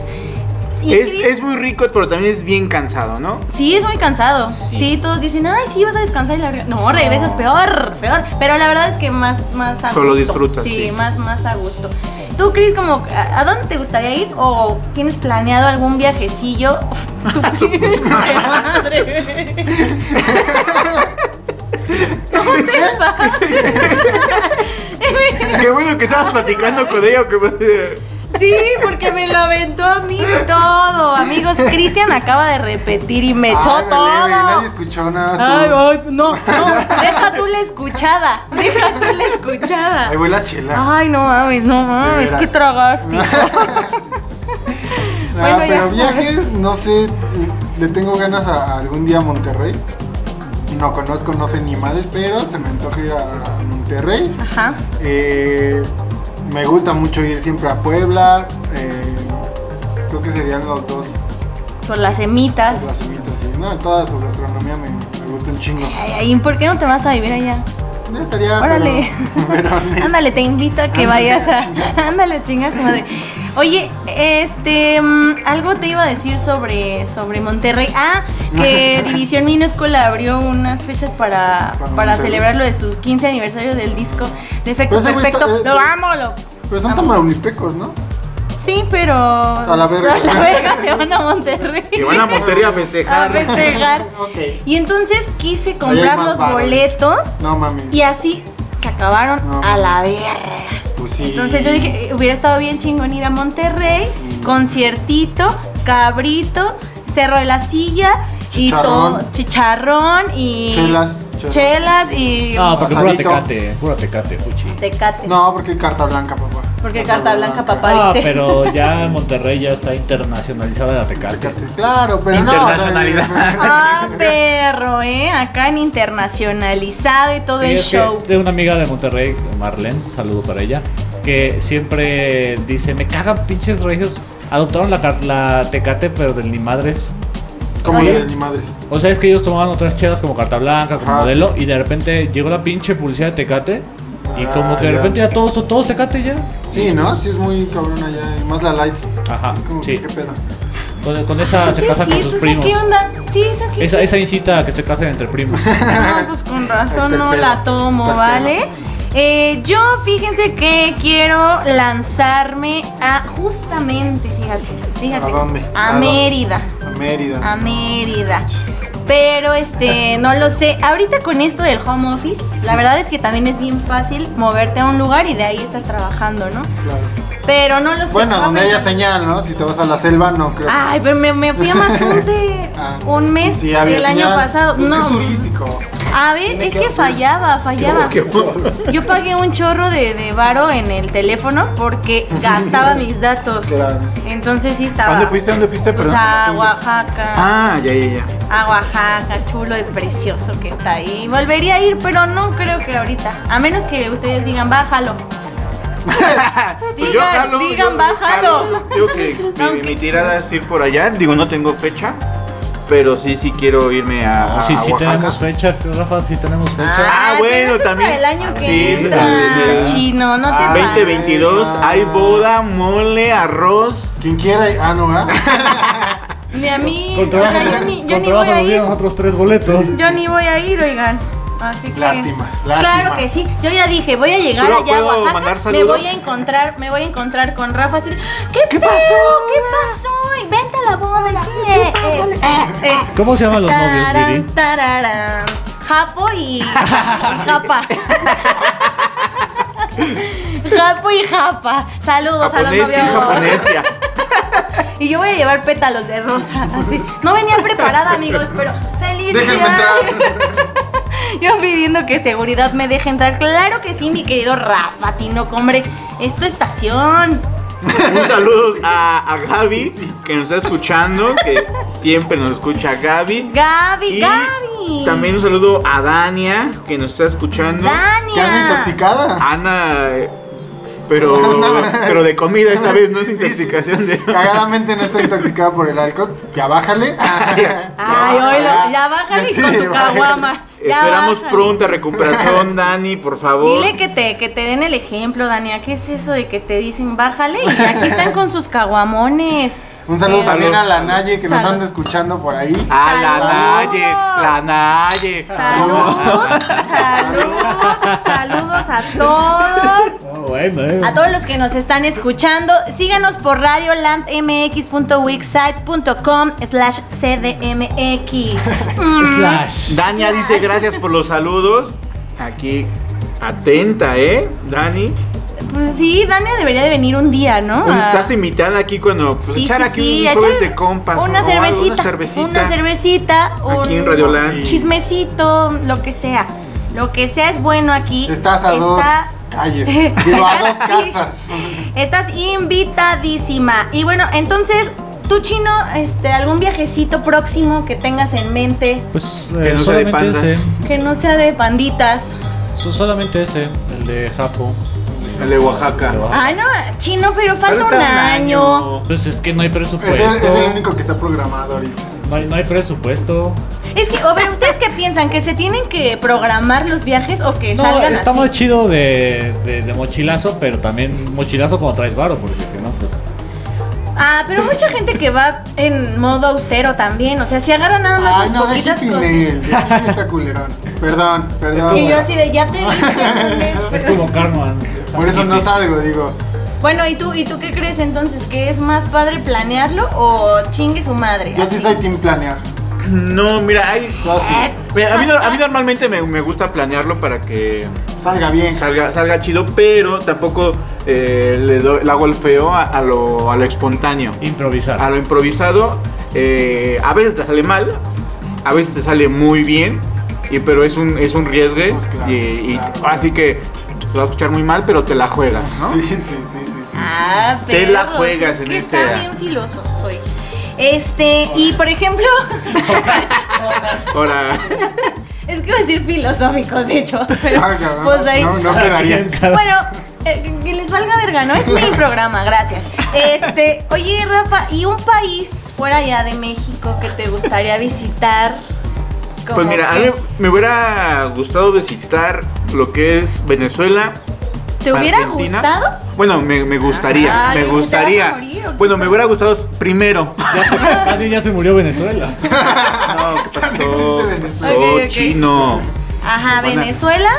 Speaker 2: Y Cris-
Speaker 3: Es, es muy rico, pero también es bien cansado, ¿no?
Speaker 2: Sí, es muy cansado.
Speaker 3: Sí.
Speaker 2: Sí. todos dicen, ay, sí, vas a descansar y la verga". No, regresas peor, peor. Pero la verdad es que más, más a gusto.
Speaker 3: Pero lo disfrutas, sí.
Speaker 2: más, más a gusto. ¿Tú, Cris, como, a, a dónde te gustaría ir? ¿O tienes planeado algún viajecillo? Su pinche madre. ¿Cómo te vas?
Speaker 3: Qué bueno que estabas platicando con ella. Que...
Speaker 2: Sí, porque me lo aventó a mí todo. Amigos, Cristian acaba de repetir y me echó
Speaker 4: Ay,
Speaker 2: todo.
Speaker 4: Belén, Nadie escuchó nada.
Speaker 2: Ay,
Speaker 4: tú.
Speaker 2: ay, no, no, deja tú la escuchada, deja tú la escuchada.
Speaker 4: Ahí huele a chela.
Speaker 2: Ay, no mames, no mames,
Speaker 4: veras.
Speaker 2: qué tragaste.
Speaker 4: Ah,
Speaker 2: bueno, ya.
Speaker 4: pero viajes, no sé, le tengo ganas a algún día a Monterrey. No conozco, no sé ni madres, pero se me antoja ir a Monterrey.
Speaker 2: Ajá.
Speaker 4: Eh, me gusta mucho ir siempre a Puebla. eh, creo que serían los dos,
Speaker 2: Por las semitas.
Speaker 4: los asimitos, sí. No, toda su gastronomía me, me gusta un chingo.
Speaker 2: Ay, ay, ¿y por qué no te vas a vivir allá?
Speaker 4: No estaría.
Speaker 2: Órale.
Speaker 4: pero- pero-
Speaker 2: Ándale, te invito a que
Speaker 4: Ándale,
Speaker 2: vayas
Speaker 4: chingas.
Speaker 2: a. Ándale, chingas madre. Oye, este, mm, algo te iba a decir sobre, sobre Monterrey. Ah, que División Mino Escola abrió unas fechas para,
Speaker 4: Para
Speaker 2: para
Speaker 4: Monterrey.
Speaker 2: celebrar lo de sus 15 aniversario del disco
Speaker 4: Pero
Speaker 2: Defecto
Speaker 4: ese güey está-
Speaker 2: Perfecto.
Speaker 4: eh,
Speaker 2: Lo amo, lo.
Speaker 4: Pero son
Speaker 2: amo.
Speaker 4: tamaulipecos, ¿no?
Speaker 2: Sí, pero. A
Speaker 4: la verga.
Speaker 2: A la verga se van a Monterrey.
Speaker 3: que van a Monterrey a
Speaker 2: a
Speaker 3: festejar.
Speaker 2: festejar.
Speaker 4: Ok.
Speaker 2: Y entonces quise
Speaker 4: Ahí hay
Speaker 2: comprar
Speaker 4: más
Speaker 2: los
Speaker 4: bares.
Speaker 2: boletos
Speaker 4: No mami.
Speaker 2: y así se acabaron
Speaker 4: No,
Speaker 2: a
Speaker 4: mames.
Speaker 2: la verga.
Speaker 4: Pues sí.
Speaker 2: Entonces yo dije, eh, hubiera estado bien chingón ir a Monterrey,
Speaker 4: Sí.
Speaker 2: conciertito, cabrito, cerro de la silla, y
Speaker 4: Chicharrón.
Speaker 2: to- chicharrón y
Speaker 4: Chelas, chelas.
Speaker 2: chelas y
Speaker 1: Ah,
Speaker 6: No, porque pura
Speaker 4: Pasadito.
Speaker 6: tecate, pura tecate, fuchi.
Speaker 2: tecate.
Speaker 4: No, porque carta blanca, papá.
Speaker 2: Porque carta blanca, papá.
Speaker 6: Ah,
Speaker 2: dice.
Speaker 6: pero ya en Monterrey ya está internacionalizada la tecate.
Speaker 4: Fíjate, Claro, pero no.
Speaker 3: Internacionalidad.
Speaker 2: Ah, perro, ¿eh? Acá en internacionalizado y todo
Speaker 6: Sí,
Speaker 2: el
Speaker 6: es que
Speaker 2: show.
Speaker 6: tengo una amiga de Monterrey, Marlene, un saludo para ella, que siempre dice, me cagan pinches regios, adoptaron la, car- la tecate, pero del ni madres.
Speaker 4: Como
Speaker 2: Oye.
Speaker 4: de ni madres.
Speaker 6: O sea, es que ellos tomaban otras chelas como carta blanca, como
Speaker 4: Ajá,
Speaker 6: modelo, y de repente llegó la pinche publicidad de tecate, y
Speaker 4: Ah,
Speaker 6: como que de
Speaker 4: ya.
Speaker 6: repente ya todos son todos tecate ya.
Speaker 4: Sí, ¿no? Sí, es muy cabrón allá. y Más la light.
Speaker 6: Ajá,
Speaker 4: Como
Speaker 6: sí.
Speaker 4: que qué pedo.
Speaker 6: Con, con esa
Speaker 2: Pues
Speaker 6: se
Speaker 2: sí,
Speaker 6: casan
Speaker 2: sí,
Speaker 6: con sus
Speaker 2: pues,
Speaker 6: primos.
Speaker 2: ¿Qué onda? Sí, es aquí.
Speaker 6: Esa, esa incita a que se casen entre primos.
Speaker 2: No, pues con razón
Speaker 4: Este
Speaker 2: no
Speaker 4: pedo,
Speaker 2: la tomo,
Speaker 4: este pedo.
Speaker 2: ¿vale? Eh, yo fíjense que quiero lanzarme a justamente, fíjate, fíjate.
Speaker 4: ¿A dónde?
Speaker 2: A
Speaker 4: ¿A dónde?
Speaker 2: Mérida.
Speaker 4: A Mérida.
Speaker 2: A Mérida. Pero este, no lo sé. Ahorita con esto del home office, la verdad es que también es bien fácil moverte a un lugar y de ahí estar trabajando, ¿no?
Speaker 4: Claro.
Speaker 2: Pero no lo sé.
Speaker 4: Bueno, donde
Speaker 2: vamos
Speaker 4: haya
Speaker 2: a-
Speaker 4: señal, ¿no? Si te vas a la selva, no creo.
Speaker 2: Ay, pero me, me fui a Mazunte
Speaker 4: Ah,
Speaker 2: un mes
Speaker 4: sí, había
Speaker 2: del año
Speaker 4: señal.
Speaker 2: pasado.
Speaker 4: Es que
Speaker 2: no,
Speaker 4: es turístico.
Speaker 2: a ver, es que fallaba, fallaba. Yo pagué un chorro de, de varo en el teléfono porque gastaba mis datos.
Speaker 4: Claro.
Speaker 2: Entonces sí
Speaker 3: ¿A
Speaker 2: estaba.
Speaker 3: dónde fuiste? ¿A dónde fuiste?
Speaker 2: Pues
Speaker 3: Perdón.
Speaker 2: a Oaxaca.
Speaker 3: Ah, ya, ya, ya.
Speaker 2: A Oaxaca, chulo y precioso que está ahí. Volvería a ir, pero no creo que ahorita. A menos que ustedes digan, bájalo.
Speaker 3: Pues yo
Speaker 2: Ah, Digan,
Speaker 3: jalo,
Speaker 2: digan,
Speaker 3: yo
Speaker 2: bájalo.
Speaker 3: jalo. Digo que mi- mi, mi tirada es ir por allá. Digo, no tengo fecha. Pero sí, sí quiero irme a,
Speaker 6: sí, sí
Speaker 3: a Ah, Oaxaca.
Speaker 6: tenemos fecha, Rafa, sí tenemos fecha.
Speaker 3: Ah,
Speaker 2: pero
Speaker 3: bueno,
Speaker 2: eso es
Speaker 3: también. Ah,
Speaker 2: Para el año que
Speaker 3: Sí, es
Speaker 2: entra,
Speaker 3: para el-
Speaker 2: chino, no te
Speaker 4: Ah,
Speaker 2: pases.
Speaker 3: 2022, hay boda, mole, arroz.
Speaker 4: Quien quiera. y- Ah, no, ¿verdad?
Speaker 2: Ni a mí.
Speaker 6: Con
Speaker 2: o
Speaker 6: trabajo,
Speaker 2: sea, yo Ah, ni, yo
Speaker 6: con
Speaker 2: ni voy
Speaker 6: trabajo
Speaker 2: a
Speaker 6: nos
Speaker 2: ir.
Speaker 6: dieron otros tres boletos.
Speaker 2: Yo ni voy a ir, oigan. Así que.
Speaker 4: Lástima, lástima.
Speaker 2: Claro que sí. Yo ya dije, voy a llegar
Speaker 3: ¿Puedo-
Speaker 2: allá a
Speaker 3: puedo mandar
Speaker 2: Oaxaca. Me
Speaker 3: saludos?
Speaker 2: voy a encontrar, me voy a encontrar con Rafa. Así, ¿Qué, pasó? ¿Qué pasó? Y vente a la boda. y sí, eh, eh, eh, eh.
Speaker 6: ¿Cómo se llaman los novios, Viri?
Speaker 2: Tararán, tararán. Japo y, y Japa. Japo y Japa. Saludos a los
Speaker 3: Japonés y
Speaker 2: novios.
Speaker 3: japonesia.
Speaker 2: Y yo voy a llevar pétalos de rosa, así. No venía preparada, amigos, pero feliz.
Speaker 4: Déjenme entrar.
Speaker 2: Yo pidiendo que seguridad me deje entrar. Claro que sí, mi querido Rafa, Tino, hombre. Es tu estación.
Speaker 3: Un saludo a, a Gaby, que nos está escuchando, que siempre nos escucha Gaby.
Speaker 2: Gaby,
Speaker 3: Y
Speaker 2: Gaby.
Speaker 3: También un saludo a Dania, que nos está escuchando.
Speaker 4: Que anda
Speaker 2: Dania.
Speaker 4: intoxicada.
Speaker 3: Ana, eh, pero, pero de comida esta vez, no es intoxicación de...
Speaker 4: Cagadamente no está intoxicada por el alcohol. Ya bájale.
Speaker 2: Ay, oílo, ya bájale
Speaker 4: Sí,
Speaker 2: con tu
Speaker 4: bájale.
Speaker 2: caguama. Ya
Speaker 3: Esperamos
Speaker 2: bájale.
Speaker 3: pronta recuperación, Dani, por favor.
Speaker 2: Dile que te, que te den el ejemplo, Dania. ¿Qué es eso de que te dicen bájale? Y aquí están con sus caguamones.
Speaker 4: Un saludo
Speaker 2: Mira.
Speaker 4: también a la
Speaker 3: Salud.
Speaker 4: Naye que nos
Speaker 2: Eh, Salud.
Speaker 4: anda escuchando por ahí.
Speaker 3: A
Speaker 2: Saludos.
Speaker 3: la Naye, la Naye.
Speaker 2: Salud, salud, saludos a todos.
Speaker 3: Oh,
Speaker 6: bueno,
Speaker 3: eh.
Speaker 2: A todos los que nos están escuchando, síganos por radiolandmx.wixsite.com slash cdmx.
Speaker 3: Pues,
Speaker 2: Mm.
Speaker 6: Slash.
Speaker 3: Dania dice gracias por los saludos. Aquí, atenta, ¿eh, Dani?
Speaker 2: Pues sí, Dania debería de venir un día, ¿no?
Speaker 3: Un-
Speaker 2: A-
Speaker 3: Estás invitada aquí cuando pues,
Speaker 2: Ah. Sí,
Speaker 3: echar
Speaker 2: sí,
Speaker 3: aquí
Speaker 2: sí,
Speaker 3: un jueves
Speaker 2: echar
Speaker 3: de compas.
Speaker 2: Una,
Speaker 3: ¿no? Algo,
Speaker 2: cervecita,
Speaker 3: Una cervecita.
Speaker 2: Una cervecita.
Speaker 3: Aquí en
Speaker 2: un
Speaker 3: Radioland.
Speaker 2: Chismecito, lo que sea. Lo que sea es bueno aquí.
Speaker 4: Estás a dos
Speaker 2: Está-
Speaker 4: calles. Digo, a dos casas.
Speaker 2: Estás invitadísima. Y bueno, entonces, tú chino, este, algún viajecito próximo que tengas en mente,
Speaker 1: Pues
Speaker 3: Que
Speaker 1: eh,
Speaker 3: no sea de
Speaker 1: solamente
Speaker 3: pandas.
Speaker 1: ese.
Speaker 2: que no sea de panditas.
Speaker 1: so- solamente ese, el de Japo.
Speaker 3: El de Oaxaca.
Speaker 1: El de Oaxaca.
Speaker 2: Ah, no, chino, pero falta un
Speaker 3: Falta
Speaker 2: año.
Speaker 1: Pues es que no hay presupuesto.
Speaker 4: Ese es el único que está programado ahorita.
Speaker 1: No hay, no hay presupuesto.
Speaker 2: Es que, hombre, ¿ustedes qué piensan? ¿Que se tienen que programar los viajes o que
Speaker 1: No,
Speaker 2: salgan
Speaker 1: está
Speaker 2: así?
Speaker 1: más chido de, de- de mochilazo, pero también mochilazo cuando traes varo, porque si no, pues.
Speaker 2: Ah, pero mucha gente que va en modo austero también. O sea, si agarran nada más
Speaker 4: Ay,
Speaker 2: sus
Speaker 4: no, de
Speaker 2: poquitas
Speaker 4: hippie
Speaker 2: cosas.
Speaker 4: nail. De hippie está culerón. Perdón, perdón.
Speaker 2: Y yo así de, ya te dije, lunes,
Speaker 1: Es
Speaker 2: pero-
Speaker 1: como Carmen.
Speaker 4: Por eso no salgo, digo.
Speaker 2: Bueno, ¿y tú, ¿y tú qué crees entonces? ¿Que es más padre planearlo o chingue su madre?
Speaker 4: Yo sí
Speaker 2: Así.
Speaker 4: soy team planear.
Speaker 3: No, mira, hay-
Speaker 4: Yo sí.
Speaker 2: Ah.
Speaker 3: mira, a, mí, no- a mí normalmente me, me gusta planearlo para que
Speaker 4: Salga bien.
Speaker 3: salga, salga chido, pero tampoco eh, le, doy- le hago el feo a, a lo, a lo espontáneo.
Speaker 1: Improvisar.
Speaker 3: A lo improvisado, eh, a veces te sale mal, a veces te sale muy bien, y, pero es un, es un riesgo.
Speaker 4: Pues claro,
Speaker 3: y, y
Speaker 4: claro.
Speaker 3: así que se va a escuchar muy mal, pero te la juegas, ¿no?
Speaker 4: Sí, sí, sí, sí, sí.
Speaker 2: Ah, pero.
Speaker 3: Te la juegas en
Speaker 2: que
Speaker 3: ese-
Speaker 2: Está bien filoso soy. Este, y por ejemplo,
Speaker 3: Ahora,
Speaker 2: es que iba a decir filosóficos, de hecho. Pero,
Speaker 4: Ah, cabrón.
Speaker 2: pues ahí.
Speaker 4: No, no quedaría.
Speaker 2: Bueno, eh, que les valga verga, ¿no? Es mi programa, gracias. Este, oye, Rafa, ¿y un país fuera ya de México que te gustaría visitar? Como
Speaker 3: pues mira, a
Speaker 2: que
Speaker 3: mí me hubiera gustado visitar lo que es Venezuela,
Speaker 2: ¿te hubiera
Speaker 3: Argentina.
Speaker 2: gustado?
Speaker 3: Bueno, me, me gustaría,
Speaker 2: Ah,
Speaker 3: me
Speaker 2: yo dije, ¿te vas a
Speaker 3: gustaría.
Speaker 2: morir o qué?
Speaker 3: bueno, me hubiera gustado s- primero.
Speaker 1: Ya se, casi ya se murió Venezuela.
Speaker 3: No, ¿qué pasó?
Speaker 4: existe
Speaker 3: ¿Qué
Speaker 4: Venezuela.
Speaker 3: pasó,
Speaker 2: Ok, ok.
Speaker 3: chino?
Speaker 2: Ajá,
Speaker 3: Bueno.
Speaker 2: Venezuela.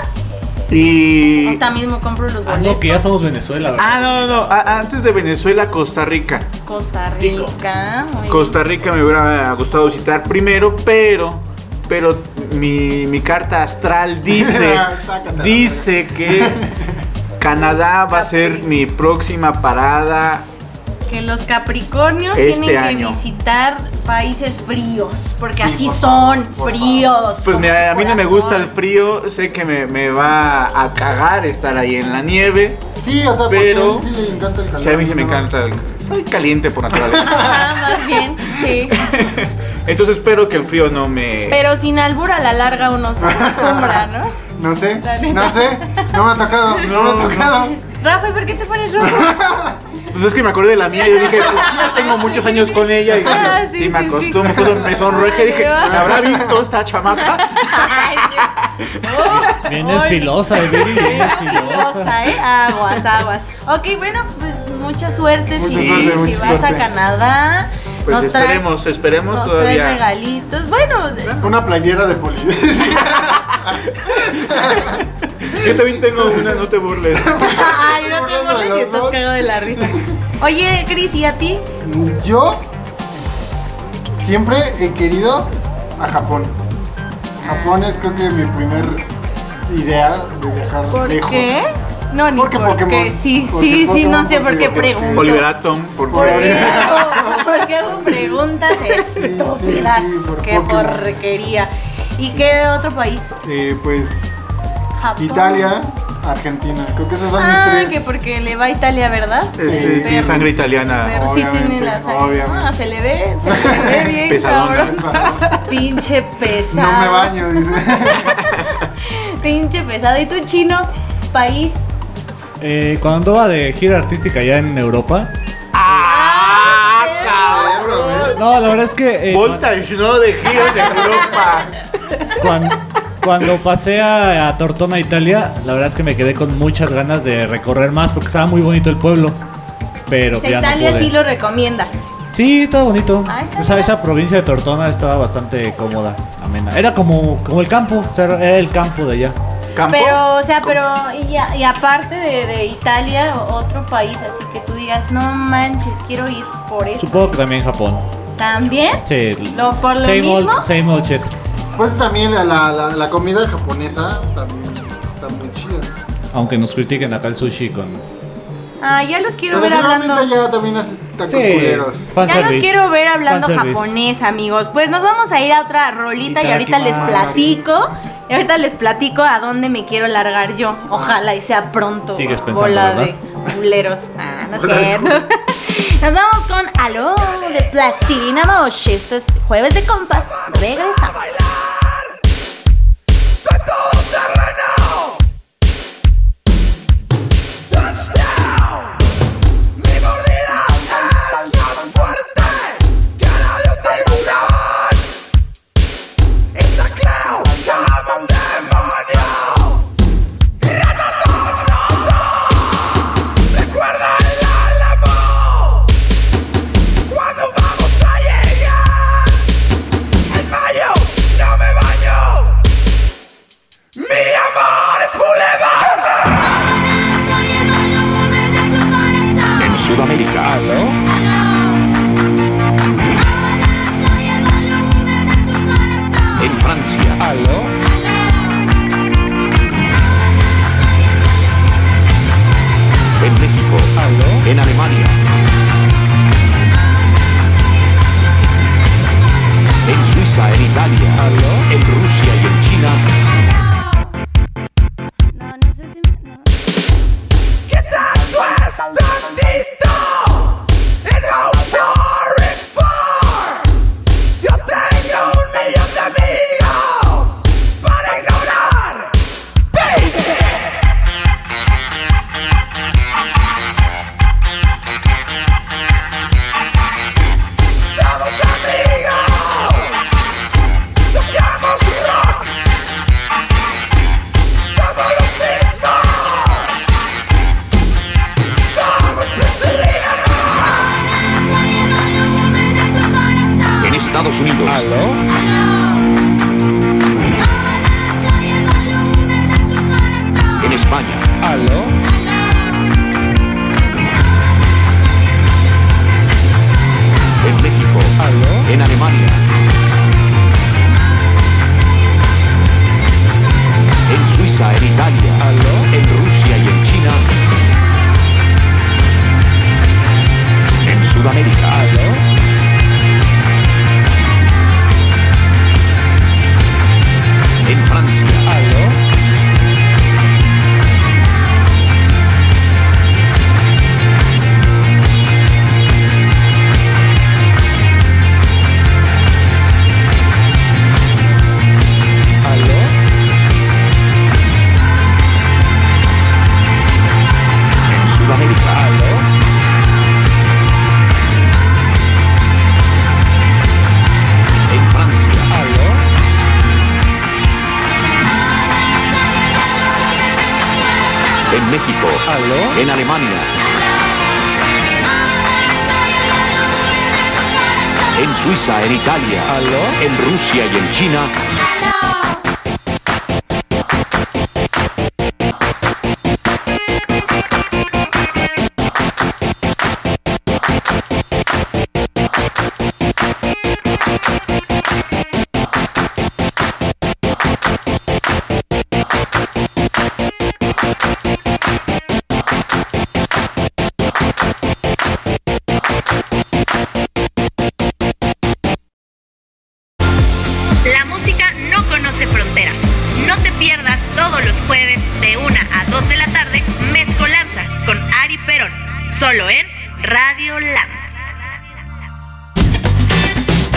Speaker 3: Y...
Speaker 2: Ahorita mismo compro los
Speaker 1: Ah,
Speaker 2: boletos.
Speaker 1: no, que ya somos Venezuela, ¿verdad?
Speaker 3: Ah, no, no, no. a- antes de Venezuela, Costa Rica.
Speaker 2: Costa Rica. muy bien.
Speaker 3: Costa Rica me hubiera gustado visitar primero, pero... Pero mi, mi carta astral dice...
Speaker 2: Ah,
Speaker 4: Sácatela,
Speaker 3: dice que... Canadá va a ser mi próxima parada
Speaker 2: Que los Capricornios
Speaker 3: Este
Speaker 2: tienen que
Speaker 3: año.
Speaker 2: visitar países fríos, porque
Speaker 4: Sí,
Speaker 2: así
Speaker 4: por
Speaker 2: son,
Speaker 4: favor, por
Speaker 2: fríos.
Speaker 3: Pues
Speaker 2: como
Speaker 3: mira,
Speaker 2: su
Speaker 3: a mí no me
Speaker 2: corazón.
Speaker 3: gusta el frío, sé que me, me va a cagar estar ahí en la nieve.
Speaker 4: Sí, o sea, porque
Speaker 3: Pero-
Speaker 4: a él sí le encanta el calor.
Speaker 3: O sea, a mí se me
Speaker 4: ¿no?
Speaker 3: encanta, el- soy caliente por naturaleza.
Speaker 2: Ajá, más bien, sí.
Speaker 3: Entonces espero que el frío no me...
Speaker 2: Pero sin albur a la larga uno se acostumbra, ¿no?
Speaker 4: No sé,
Speaker 2: La neta.
Speaker 4: no sé, no me ha tocado, no, me
Speaker 3: No,
Speaker 4: ha tocado.
Speaker 2: Rafa, ¿y por qué te pones rojo?
Speaker 3: Pues es que me acordé de la mía y yo dije, pues ya tengo muchos años con ella y,
Speaker 2: Ah, sí,
Speaker 3: y me
Speaker 2: sí, sí.
Speaker 3: acostumbro, todo me sonroje, dije, ¿me habrá visto esta chamaca?
Speaker 2: Ay, sí. Oh,
Speaker 1: Bien
Speaker 2: ay.
Speaker 1: filosa, Viri, bien
Speaker 2: Bien
Speaker 1: filosa.
Speaker 2: filosa, ¿eh? Aguas, aguas. Ok, bueno, pues mucha suerte
Speaker 4: Mucha
Speaker 2: si,
Speaker 3: suerte,
Speaker 2: si
Speaker 4: mucha
Speaker 2: vas
Speaker 4: suerte.
Speaker 2: a Canadá.
Speaker 3: Pues
Speaker 2: nos traes,
Speaker 3: esperemos, esperemos
Speaker 2: nos traes
Speaker 3: todavía.
Speaker 2: regalitos. Bueno, de-
Speaker 4: Una playera de Polinesia.
Speaker 3: Yo también tengo una, no te burles.
Speaker 2: Ay, no te
Speaker 4: Burlando de
Speaker 2: burles
Speaker 4: los
Speaker 2: y estás
Speaker 4: dos.
Speaker 2: cagado de la risa. Oye, Cris, ¿y a ti?
Speaker 4: Yo siempre he querido a Japón. Japón es creo que mi primer idea de viajar
Speaker 2: ¿Por
Speaker 4: lejos.
Speaker 2: qué? No, ni
Speaker 4: Porque
Speaker 2: por qué.
Speaker 4: Pokémon.
Speaker 2: Sí,
Speaker 4: Porque
Speaker 2: sí, sí, no
Speaker 4: Pokémon,
Speaker 2: sé por
Speaker 4: porque-
Speaker 2: qué pregunto.
Speaker 3: Oliveratum, por
Speaker 4: Por-
Speaker 2: ¿Por qué
Speaker 3: favor.
Speaker 2: hago- por qué hago preguntas estúpidas?
Speaker 4: sí, por
Speaker 2: qué
Speaker 4: Pokémon.
Speaker 2: porquería. ¿Y qué otro país?
Speaker 4: Eh, pues
Speaker 2: Japón.
Speaker 4: Italia, Argentina. Creo que esas son mis
Speaker 2: Ah,
Speaker 4: tres.
Speaker 2: que porque le va a Italia, ¿verdad?
Speaker 3: Es,
Speaker 4: Sí,
Speaker 3: es- es
Speaker 2: perro,
Speaker 3: sangre
Speaker 2: sí,
Speaker 3: italiana.
Speaker 2: Pero sí tiene
Speaker 4: Obviamente,
Speaker 2: la sangre.
Speaker 4: obviamente.
Speaker 2: Ah, se le ve, se le ve bien,
Speaker 3: Pesadona.
Speaker 2: cabrón.
Speaker 4: Esa-
Speaker 2: Pinche pesado.
Speaker 4: No me baño, dice.
Speaker 2: Pinche pesado. ¿Y tú, chino? País.
Speaker 1: Eh, cuando va de gira artística allá en Europa.
Speaker 3: ¡Ah,
Speaker 4: cabrón.
Speaker 1: No, la verdad es que. eh,
Speaker 3: Voltage no de gira en Europa.
Speaker 1: cuan- cuan- Cuando pasé a, a Tortona, Italia, la verdad es que me quedé con muchas ganas de recorrer más porque estaba muy bonito el pueblo. Pero
Speaker 2: O sea,
Speaker 1: ya no
Speaker 2: Italia
Speaker 1: pude.
Speaker 2: sí lo recomiendas.
Speaker 1: Sí, estaba bonito.
Speaker 2: Ah, está
Speaker 1: o sea,
Speaker 2: bien.
Speaker 1: esa provincia de Tortona estaba bastante cómoda, amena. Era como, como el campo, o sea, era el campo de allá.
Speaker 3: ¿Campo?
Speaker 2: Pero, o sea, pero. Y, a- y aparte de, de Italia, otro país así que tú digas, no manches, quiero ir por eso.
Speaker 1: Supongo que también Japón.
Speaker 2: ¿También?
Speaker 1: Sí.
Speaker 2: ¿Lo- por lo
Speaker 1: same
Speaker 2: mismo?
Speaker 1: Old, same old shit.
Speaker 4: Pues también la, la, la, la comida japonesa también está muy chida.
Speaker 1: Aunque nos critiquen acá el sushi con...
Speaker 2: Ah, ya los quiero
Speaker 4: Pero
Speaker 2: ver
Speaker 4: seguramente
Speaker 2: hablando.
Speaker 4: allá también hace tacos culeros.
Speaker 2: Ya los quiero ver hablando
Speaker 1: Fanservice.
Speaker 2: japonés, amigos. Pues nos vamos a ir a otra rolita y ahorita les
Speaker 1: Itadakimasu.
Speaker 2: platico. Y ahorita les platico a dónde me quiero largar yo. Ojalá y sea pronto.
Speaker 1: Sigues pensando,
Speaker 2: bola
Speaker 1: ¿verdad?
Speaker 2: de culeros. Ah, no es cierto. Nos vamos con Aló de Plastilina Mosh. Esto es Jueves de Compas. Regresamos.
Speaker 7: En Francia. ¿Aló? En México. ¿Aló? En Alemania. En Suiza, en Italia. ¿Aló? En Rusia y en China. En Estados Unidos. ¿Aló? En España. ¿Aló? En México. ¿Aló? En Alemania. En Suiza, en Italia. ¿Aló? En Rusia y en China. En Sudamérica. ¿Aló? en Francia. ¿Aló? ¿Aló? En Sudamérica. ¿Aló? En Francia. ¿Aló? en México, en Alemania, en Suiza, en Italia, en Rusia y en China.
Speaker 5: La música no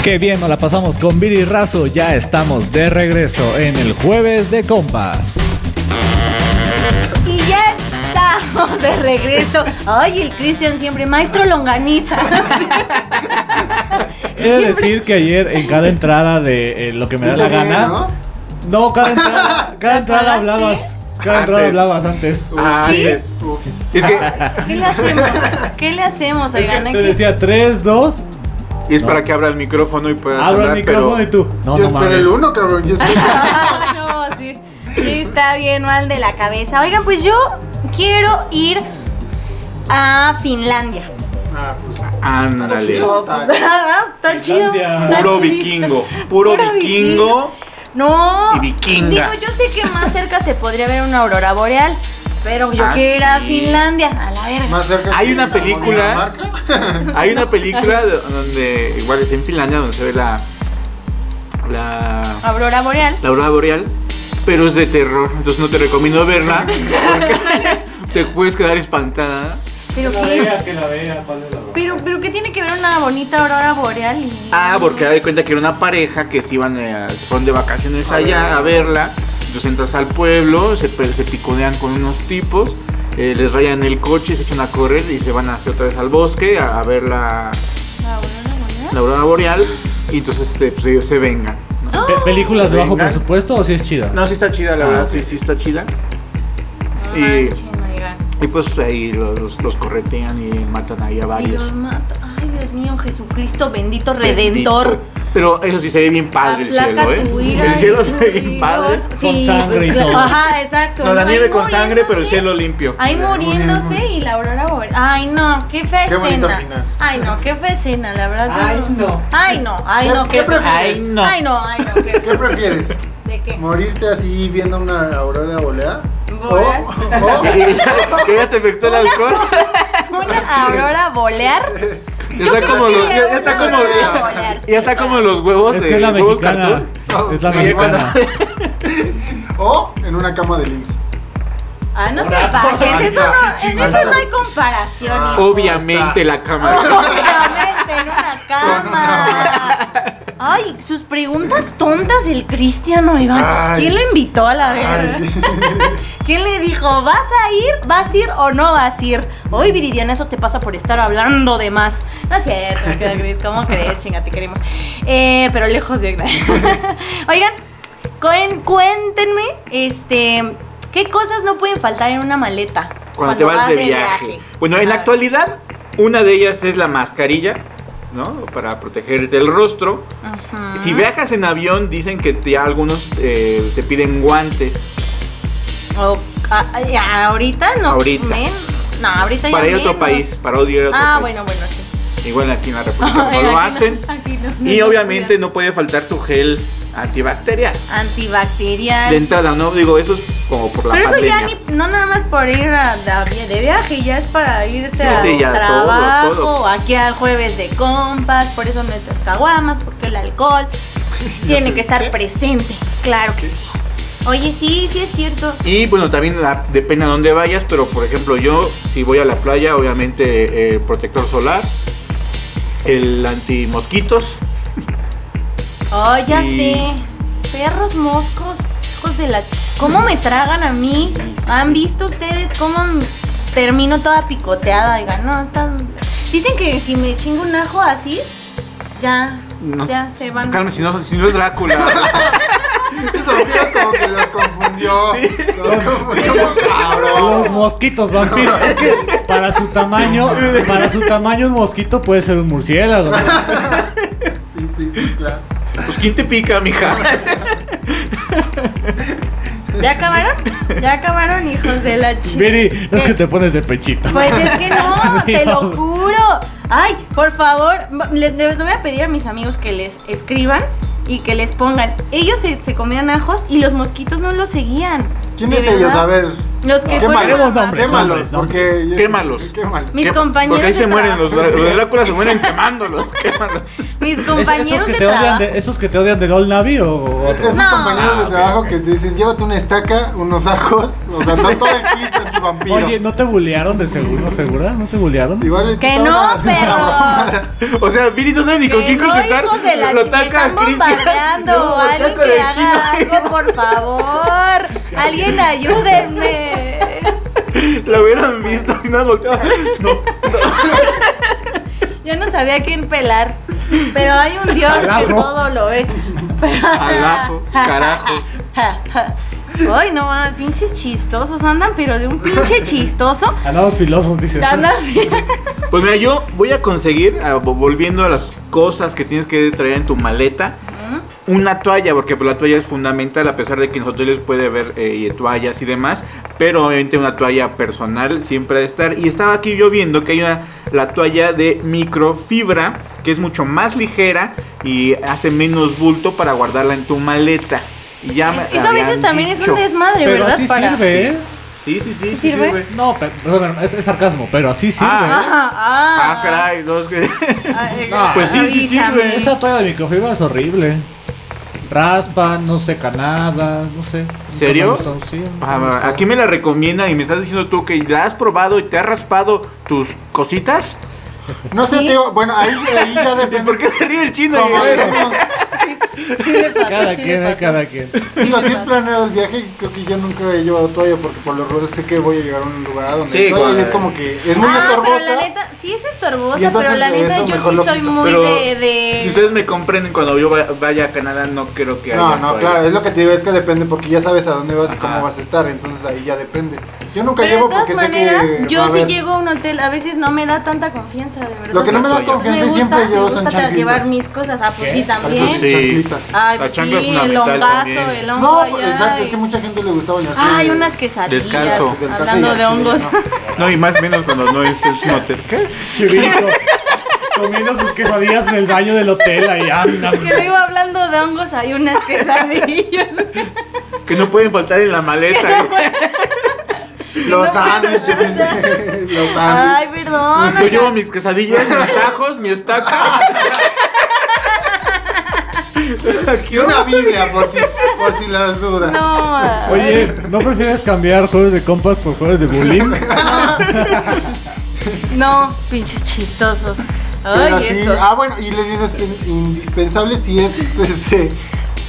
Speaker 6: Qué bien nos la pasamos con Viri Razo, ya estamos de regreso en el jueves de compas.
Speaker 2: Y ya estamos de regreso. Ay, el Cristian siempre, maestro longaniza.
Speaker 1: He de decir que ayer en cada entrada de eh, lo que me da la
Speaker 4: Dice bien,
Speaker 1: gana.
Speaker 4: ¿no?
Speaker 1: ¿no? cada entrada, cada entrada hablabas. Cada entrada
Speaker 3: Antes.
Speaker 1: hablabas antes.
Speaker 3: Ah,
Speaker 2: ¿Sí?
Speaker 3: es- Es que
Speaker 2: ¿Qué le hacemos? ¿Qué le
Speaker 1: Es
Speaker 2: hacemos,
Speaker 1: que
Speaker 2: oigan?
Speaker 1: te
Speaker 2: Aquí-
Speaker 1: decía 3, 2,
Speaker 3: y es
Speaker 1: No.
Speaker 3: para que abra el micrófono y pueda
Speaker 1: abro el
Speaker 3: hablar,
Speaker 1: micrófono y
Speaker 3: pero
Speaker 1: tú. No,
Speaker 4: yo
Speaker 1: no
Speaker 4: esperé
Speaker 1: mames.
Speaker 4: el uno, cabrón. Yo esperé.
Speaker 2: Ah, no, sí. Sí, está bien mal de la cabeza. Oigan, pues yo quiero ir a Finlandia.
Speaker 4: ah, pues.
Speaker 3: ándale.
Speaker 4: Chido.
Speaker 2: Ah, Está chido.
Speaker 1: Finlandia.
Speaker 2: está
Speaker 3: Puro
Speaker 2: chidito.
Speaker 3: vikingo, puro vikingo.
Speaker 2: No.
Speaker 3: Y vikinga.
Speaker 2: Digo, yo sé que más cerca se podría ver una aurora boreal, pero yo
Speaker 3: Ah,
Speaker 2: quiero ir a
Speaker 3: sí.
Speaker 2: Finlandia, a la verga.
Speaker 4: Más cerca
Speaker 3: Hay
Speaker 4: que
Speaker 3: una
Speaker 4: la
Speaker 3: película-
Speaker 4: Dinamarca.
Speaker 3: Hay una película do- donde igual es en Finlandia donde se ve la la
Speaker 2: Aurora boreal.
Speaker 3: la aurora boreal, pero es de terror, entonces no te recomiendo verla porque te puedes quedar espantada.
Speaker 2: Pero
Speaker 1: Que la
Speaker 2: qué,
Speaker 1: vea, que la vea, cuál es la broma.
Speaker 2: pero, pero qué tiene que ver una bonita aurora boreal y
Speaker 3: Ah, porque da de cuenta que era una pareja que se iban eh, se fueron de vacaciones allá a verla. Entonces entras al pueblo, se, pe- se piconean con unos tipos, eh, les rayan el coche, se echan a correr y se van hacia otra vez al bosque a, a ver la,
Speaker 2: la aurora boreal?
Speaker 3: la aurora boreal. Y entonces este, pues, ellos se vengan. ¿no?
Speaker 1: Pe- ¿Películas de bajo
Speaker 3: Venga.
Speaker 1: presupuesto o si es chida?
Speaker 3: No, sí está chida, la
Speaker 1: Ah,
Speaker 3: verdad,
Speaker 1: ok.
Speaker 3: sí, sí está chida.
Speaker 2: No
Speaker 3: Y-
Speaker 2: manchen, oigan.
Speaker 3: Y pues ahí los, los- los corretean y matan ahí a
Speaker 2: Y los
Speaker 3: varios.
Speaker 2: mata. Ay, Dios mío, Jesucristo bendito redentor.
Speaker 3: Bendito. Pero eso sí se ve bien padre el
Speaker 2: Aplaca
Speaker 3: cielo, ¿eh?
Speaker 2: tu ira
Speaker 3: El
Speaker 2: y
Speaker 3: cielo
Speaker 2: tu
Speaker 3: se ve bien
Speaker 2: rigor.
Speaker 3: padre.
Speaker 2: Sí,
Speaker 1: sangre
Speaker 2: pues,
Speaker 1: y todo.
Speaker 2: Ajá, exacto.
Speaker 3: No, la
Speaker 2: no,
Speaker 3: nieve
Speaker 2: ahí
Speaker 3: con sangre, pero el
Speaker 2: muriéndose.
Speaker 3: cielo limpio.
Speaker 2: Ahí muriéndose y la aurora boreal. Ay, no, qué fea
Speaker 4: Qué bonito
Speaker 2: escena.
Speaker 4: final.
Speaker 2: Ay, no, qué fea escena, la verdad. yo
Speaker 1: Ay, no.
Speaker 2: Ay, no, ay,
Speaker 4: ¿Qué-
Speaker 2: no,
Speaker 4: qué
Speaker 2: fea-
Speaker 4: prefieres?
Speaker 2: Ay, no. Ay, no, ay, no, qué
Speaker 4: ¿Qué
Speaker 2: fea.
Speaker 4: prefieres?
Speaker 2: ¿De qué?
Speaker 4: ¿Morirte así viendo una aurora boreal? O,
Speaker 2: Boreal.
Speaker 4: o
Speaker 3: que ya te afectó el alcohol.
Speaker 2: ¿Una aurora bolear?
Speaker 3: Ya está
Speaker 2: creo
Speaker 3: como
Speaker 2: que
Speaker 3: los, ya, ya está
Speaker 2: una
Speaker 3: como
Speaker 2: aurora boreal, sí,
Speaker 3: ya está
Speaker 2: claro.
Speaker 3: como los huevos
Speaker 1: Es
Speaker 3: de
Speaker 1: que es la
Speaker 3: huevos
Speaker 1: mexicana.
Speaker 3: cartoon.
Speaker 4: cartoon.
Speaker 1: Es la
Speaker 3: Sí,
Speaker 1: mexicana.
Speaker 4: o en una cama de IMSS.
Speaker 2: Ah, no te
Speaker 1: Ahora,
Speaker 2: pases. Eso no, en eso no hay
Speaker 4: Ah,
Speaker 2: comparación. hijo.
Speaker 3: Obviamente la cámara.
Speaker 2: Ah, Obviamente, en una cama. Ay, sus preguntas tontas del Cristian, oigan.
Speaker 4: Ay.
Speaker 2: ¿Quién lo invitó a la verga?
Speaker 4: Ay.
Speaker 2: ¿Quién le dijo, vas a ir, vas a ir o no vas a ir? Hoy, Viridiana, eso te pasa por estar hablando de más. No es cierto, queda gris. ¿Cómo crees? Chinga, te queremos. Eh, pero lejos de. Oigan, cuen- cuéntenme, este. ¿Qué cosas no pueden faltar en una maleta?
Speaker 3: Cuando te vas, de, viaje. Bueno, en la
Speaker 2: Ah.
Speaker 3: actualidad, una de ellas es la mascarilla, ¿no? Para protegerte el rostro.
Speaker 2: Ajá.
Speaker 3: Si viajas en avión, dicen que te- algunos eh, te piden guantes.
Speaker 2: O- a- a- ahorita no.
Speaker 3: Ahorita.
Speaker 2: men- no, ahorita ya
Speaker 3: Para ir a otro
Speaker 2: menos.
Speaker 3: país, para ir a otro
Speaker 2: Ah,
Speaker 3: país.
Speaker 2: bueno, bueno, sí.
Speaker 3: Igual aquí en la República no lo
Speaker 2: Aquí
Speaker 3: hacen.
Speaker 2: aquí
Speaker 3: Y
Speaker 2: No,
Speaker 3: obviamente
Speaker 2: no.
Speaker 3: no puede faltar tu gel antibacterial.
Speaker 2: Antibacterial.
Speaker 3: De entrada, no digo eso es como por la
Speaker 2: Pero eso
Speaker 3: pandemia.
Speaker 2: ya ni, no nada más por ir a, a- de viaje, ya es para irte
Speaker 3: Sí,
Speaker 2: a
Speaker 3: sí, ya, todo,
Speaker 2: trabajo,
Speaker 3: todo.
Speaker 2: aquí al jueves de compas, por eso nuestras caguamas, porque el alcohol tiene que estar presente, claro que sí. Oye, sí, sí es cierto.
Speaker 3: Y bueno, también la- depende a dónde vayas, pero por ejemplo, yo si voy a la playa, obviamente eh, protector solar, el antimosquitos,
Speaker 2: Oh, ya
Speaker 3: Y-
Speaker 2: sé. Perros moscos, hijos de la. ¿Cómo me tragan a mí? ¿Han visto ustedes cómo m- termino toda picoteada? Oigan, no, están. Dicen que si me chingo un ajo así, ya.
Speaker 3: No.
Speaker 2: Ya se van.
Speaker 3: Calma, si no, si no es Drácula.
Speaker 4: Esos vampiros como que los confundió. Los confundió muy cabrón.
Speaker 1: Los mosquitos vampiros. Es que para su tamaño, para su tamaño un mosquito puede ser un murciélago.
Speaker 4: Sí, sí, sí, claro.
Speaker 3: pues ¿quién te pica, mija?
Speaker 2: ¿Ya acabaron? Ya acabaron, hijos de la Eh, chica.
Speaker 1: Viri, no es que te pones de pechito.
Speaker 2: Pues es que no, te lo
Speaker 1: Dios.
Speaker 2: juro. Ay, por favor, les, les voy a pedir a mis amigos que les escriban y que les pongan. Ellos se, se comían ajos y los mosquitos no los seguían.
Speaker 4: ¿Quiénes
Speaker 2: De verdad.
Speaker 4: ellos? A ver.
Speaker 2: Los que fueron
Speaker 1: Queremos
Speaker 2: a-
Speaker 1: nombres,
Speaker 4: Quémalos,
Speaker 1: nombres,
Speaker 4: porque. yo-
Speaker 3: Quémalos.
Speaker 4: Quémalos.
Speaker 2: Mis
Speaker 3: Que-
Speaker 2: compañeros
Speaker 3: Porque ahí
Speaker 2: de
Speaker 3: se mueren los,
Speaker 2: trabajo.
Speaker 3: los Dráculas, se mueren quemándolos. quémalos.
Speaker 2: Mis
Speaker 1: Es-
Speaker 2: compañeros
Speaker 1: esos, que
Speaker 2: de
Speaker 1: te odian
Speaker 2: trabajo.
Speaker 1: de, ¿Esos que te odian del Old Navy o o otros?
Speaker 4: Esos
Speaker 2: No.
Speaker 4: compañeros
Speaker 3: Ah,
Speaker 4: de
Speaker 3: ok,
Speaker 4: trabajo
Speaker 3: ok.
Speaker 4: que te dicen, llévate una estaca, unos ajos, o sea, está todo aquí, vampiro.
Speaker 1: Oye, ¿no te bulearon de seguro? ¿Segura? ¿No te bulearon?
Speaker 4: Igual le
Speaker 2: Que
Speaker 4: quitaron
Speaker 2: no,
Speaker 4: a la señora
Speaker 2: pero-
Speaker 4: Ramona.
Speaker 3: O sea, Viri no sabe ni con
Speaker 2: Que
Speaker 3: quién
Speaker 2: no,
Speaker 3: contestar.
Speaker 2: hijos de la
Speaker 3: lo
Speaker 2: chica,
Speaker 3: ataca
Speaker 2: están
Speaker 3: a Cristian.
Speaker 2: bombardeando.
Speaker 3: No,
Speaker 2: Alguien
Speaker 3: ataca
Speaker 2: que
Speaker 3: al chino.
Speaker 2: haga algo, por favor. Alguien ayúdenme.
Speaker 3: Lo hubieran visto si no volteaba. No,
Speaker 2: Yo no sabía a quién pelar. Pero hay un dios que
Speaker 1: Alafro.
Speaker 2: todo lo ve.
Speaker 3: alafo, carajo.
Speaker 2: Ay, no, mames, pinches chistosos andan, pero de un pinche chistoso.
Speaker 1: Andamos filosos, dices.
Speaker 2: Andan
Speaker 3: Pues mira, yo voy a conseguir, ah, vo- volviendo a las cosas que tienes que traer en tu maleta, una toalla, porque pues, la toalla es fundamental, a pesar de que en los hoteles puede haber eh, toallas y demás, pero obviamente una toalla personal siempre ha de estar. Y estaba aquí yo viendo que hay una, la toalla de microfibra, que es mucho más ligera y hace menos bulto para guardarla en tu maleta. Y ya me
Speaker 2: Eso a veces
Speaker 3: habían
Speaker 2: también es
Speaker 3: dicho.
Speaker 2: un desmadre,
Speaker 1: Pero
Speaker 2: ¿verdad?
Speaker 1: así
Speaker 2: Para-
Speaker 1: sirve, ¿eh? Pues,
Speaker 3: Sí, sí, sí, sí,
Speaker 2: sirve?
Speaker 3: sirve.
Speaker 1: No, pero, perdón, es, es sarcasmo, pero así sirve.
Speaker 3: Ah.
Speaker 2: Ah,
Speaker 3: Ah,
Speaker 2: ah.
Speaker 3: caray, no es que...
Speaker 2: Ay,
Speaker 1: No,
Speaker 3: pues sí, sí sirve.
Speaker 2: avísame.
Speaker 1: Esa toalla de microfibra es horrible. Raspa, no seca nada, no sé. Nunca
Speaker 3: ¿Serio?
Speaker 1: me ha gustado, sí, nunca
Speaker 3: Ah,
Speaker 1: me ha gustado.
Speaker 3: aquí me la recomiendan y me estás diciendo tú que la has probado y te has raspado tus cositas.
Speaker 4: No sé, tío. Bueno, ahí, ahí ya
Speaker 3: ¿Y
Speaker 4: depende.
Speaker 3: por qué se ríe el chino?
Speaker 4: Como decimos,
Speaker 2: Sí le pasó,
Speaker 1: Cada
Speaker 2: sí le
Speaker 1: quien, eh,
Speaker 2: pasó.
Speaker 1: cada quien.
Speaker 4: digo, si es planeado el viaje, creo que yo nunca he llevado toalla porque por los errores sé que voy a llegar a un lugar donde
Speaker 3: Sí,
Speaker 4: hay toalla
Speaker 3: igual.
Speaker 4: y es como que es muy
Speaker 2: ah,
Speaker 4: estorbosa.
Speaker 2: pero la neta, sí es
Speaker 4: Y
Speaker 2: estorbosa,
Speaker 4: entonces
Speaker 2: pero la neta
Speaker 4: eso
Speaker 2: yo
Speaker 4: mejor
Speaker 2: sí
Speaker 4: lo
Speaker 2: soy
Speaker 4: quito.
Speaker 2: muy
Speaker 3: Pero
Speaker 2: de, de-
Speaker 3: si ustedes me comprenden, cuando yo va- vaya a Canadá no creo que
Speaker 4: No,
Speaker 3: haya
Speaker 4: no,
Speaker 3: toalla.
Speaker 4: claro, es lo que te digo, es que depende porque ya sabes a dónde vas y
Speaker 3: Ajá.
Speaker 4: cómo vas a estar, entonces ahí ya depende. Yo nunca
Speaker 2: Pero
Speaker 4: llevo
Speaker 2: de todas
Speaker 4: porque
Speaker 2: maneras,
Speaker 4: sé que va a
Speaker 2: yo sí
Speaker 4: haber-
Speaker 2: llego a un hotel, a veces no me da tanta confianza, de verdad.
Speaker 4: Lo que no me da
Speaker 3: Me
Speaker 4: confianza y
Speaker 2: gusta,
Speaker 4: siempre
Speaker 2: me
Speaker 4: llevo
Speaker 2: gusta
Speaker 4: son
Speaker 2: tra- llevar
Speaker 4: chanclitas.
Speaker 2: mis cosas, ah, pues sí, también.
Speaker 4: Eso
Speaker 3: sí.
Speaker 4: chanclitas.
Speaker 2: Ay,
Speaker 3: La
Speaker 2: pues sí,
Speaker 3: chancla es
Speaker 2: el
Speaker 3: fundamental
Speaker 2: hongazo,
Speaker 3: también.
Speaker 2: el hongo
Speaker 4: No, pues,
Speaker 2: allá,
Speaker 4: exacto,
Speaker 2: y-
Speaker 4: es que mucha gente le gusta bañarse.
Speaker 2: Ay, unas quesadillas,
Speaker 3: Descalzo.
Speaker 2: hablando de hongos.
Speaker 3: No, y más menos cuando no es, es un hotel. ¿Qué?
Speaker 1: Chivito. Comiendo sus quesadillas en el baño del hotel ahí. ah, mira,
Speaker 2: Que le iba hablando de hongos, hay unas quesadillas.
Speaker 3: Que no pueden faltar en la maleta. ¿eh?
Speaker 4: Los sándwiches. Los sándwiches.
Speaker 2: Ay,
Speaker 4: Pues
Speaker 2: perdón.
Speaker 3: Yo llevo mis quesadillas, mis ajos, mis tacos.
Speaker 4: Y una biblia, por si, por si las dudas.
Speaker 2: No.
Speaker 1: Oye, ¿no prefieres cambiar jueves de compas por jueves de bullying?
Speaker 2: No, pinches chistosos. Ay,
Speaker 4: Pero sí,
Speaker 2: estos.
Speaker 4: ah, bueno, y le digo indispen- indispensable si es ese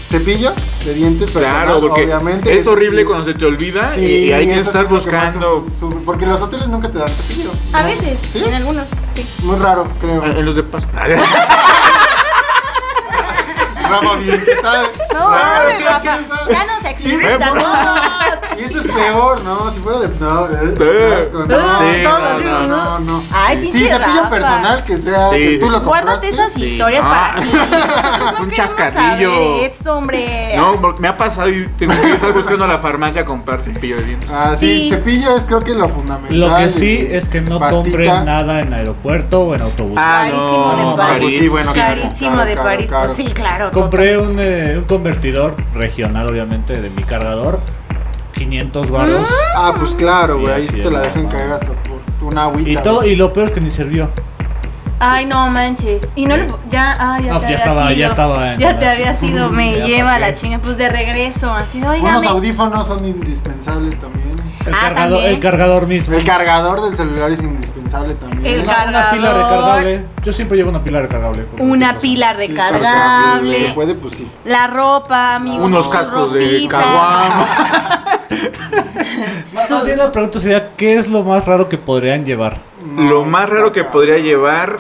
Speaker 4: cepillo de dientes personal,
Speaker 3: Claro, porque
Speaker 4: Pues, obviamente.
Speaker 3: es horrible
Speaker 4: sí,
Speaker 3: cuando se te olvida
Speaker 4: sí,
Speaker 3: y, y hay que
Speaker 4: eso
Speaker 3: estar
Speaker 4: es lo que más
Speaker 3: buscando.
Speaker 4: sufre- sufre, porque los hoteles nunca te dan cepillo.
Speaker 2: A
Speaker 4: ¿no?
Speaker 2: veces,
Speaker 4: ¿Sí?
Speaker 2: en algunos, sí.
Speaker 4: Muy raro, creo.
Speaker 3: En los de paso.
Speaker 2: Ah,
Speaker 4: Rafa bien que sabe.
Speaker 2: No,
Speaker 4: Rafa
Speaker 2: mames,
Speaker 4: bien
Speaker 2: Rafa,
Speaker 4: que sabe.
Speaker 2: ya nos
Speaker 4: Sí,
Speaker 2: exhibiste a todos.
Speaker 4: por- Y eso es peor, ¿no? Si fuera de. No, eh,
Speaker 3: Eh.
Speaker 4: asco, no.
Speaker 3: Sí,
Speaker 2: todos
Speaker 3: no,
Speaker 2: decimos,
Speaker 4: no, no.
Speaker 2: Ay,
Speaker 4: Sí,
Speaker 2: pinche
Speaker 4: cepillo
Speaker 2: Rafa.
Speaker 4: personal que sea
Speaker 3: Sí.
Speaker 4: que tú lo
Speaker 2: Guárdate
Speaker 4: compraste.
Speaker 2: esas
Speaker 3: Sí.
Speaker 2: historias
Speaker 3: Ah.
Speaker 2: para ti. Nosotros no
Speaker 3: Un
Speaker 2: queremos
Speaker 3: chascarrillo.
Speaker 2: saber Eso, hombre.
Speaker 3: No, porque me ha pasado y tengo que estar buscando a la farmacia a comprar cepillo de dientes.
Speaker 4: Ah, sí,
Speaker 2: Sí.
Speaker 4: cepillo es creo que lo fundamental.
Speaker 1: Lo que sí
Speaker 4: y
Speaker 1: es que no
Speaker 4: pastita.
Speaker 1: compren nada en aeropuerto o en autobús.
Speaker 3: Ah,
Speaker 2: Carísimo
Speaker 3: no,
Speaker 2: de París.
Speaker 3: pues sí, bueno, claro,
Speaker 2: Carísimo
Speaker 4: claro,
Speaker 2: de
Speaker 4: claro,
Speaker 2: París.
Speaker 4: claro.
Speaker 2: Pues sí, claro.
Speaker 1: Compré un, eh, un convertidor regional, obviamente, de mi cargador. 500 baros.
Speaker 4: Ah, pues claro, güey,
Speaker 1: Sí,
Speaker 4: ahí
Speaker 1: así
Speaker 4: te
Speaker 1: es,
Speaker 4: la dejan
Speaker 1: mamá.
Speaker 4: caer hasta por una agüita.
Speaker 1: Y todo,
Speaker 4: güey.
Speaker 1: y lo peor es que ni sirvió.
Speaker 2: Ay, no manches. Y no lo. Ya,
Speaker 1: Ah,
Speaker 2: ah, ya, te
Speaker 1: ya
Speaker 2: había
Speaker 1: estaba- ya
Speaker 2: sido.
Speaker 1: estaba en
Speaker 2: Ya te
Speaker 1: las-
Speaker 2: había sido.
Speaker 1: Mm,
Speaker 2: Me
Speaker 1: ya,
Speaker 2: lleva
Speaker 1: ¿pa'
Speaker 2: la
Speaker 1: qué?
Speaker 2: chinga. Pues de regreso. Así de,
Speaker 4: Unos
Speaker 2: oigan.
Speaker 4: audífonos son indispensables también.
Speaker 1: El,
Speaker 2: Ah,
Speaker 1: cargador,
Speaker 2: también.
Speaker 1: el cargador mismo.
Speaker 4: El cargador del celular es indispensable también.
Speaker 2: El
Speaker 1: Una- Una pila
Speaker 2: cargador.
Speaker 1: recargable. Yo siempre llevo una pila recargable. por cualquier
Speaker 2: Una
Speaker 1: cosa.
Speaker 2: pila
Speaker 4: Sí, sí, sí, sí, Si se
Speaker 2: recargable.
Speaker 4: puede, pues sí.
Speaker 2: La ropa, amigos.
Speaker 3: Unos
Speaker 2: su
Speaker 3: cascos de
Speaker 2: ropita.
Speaker 3: caguama.
Speaker 1: Más más bien la pregunta sería, ¿qué es lo más raro que podrían llevar?
Speaker 4: No,
Speaker 3: Lo más raro que
Speaker 4: caca.
Speaker 3: podría llevar.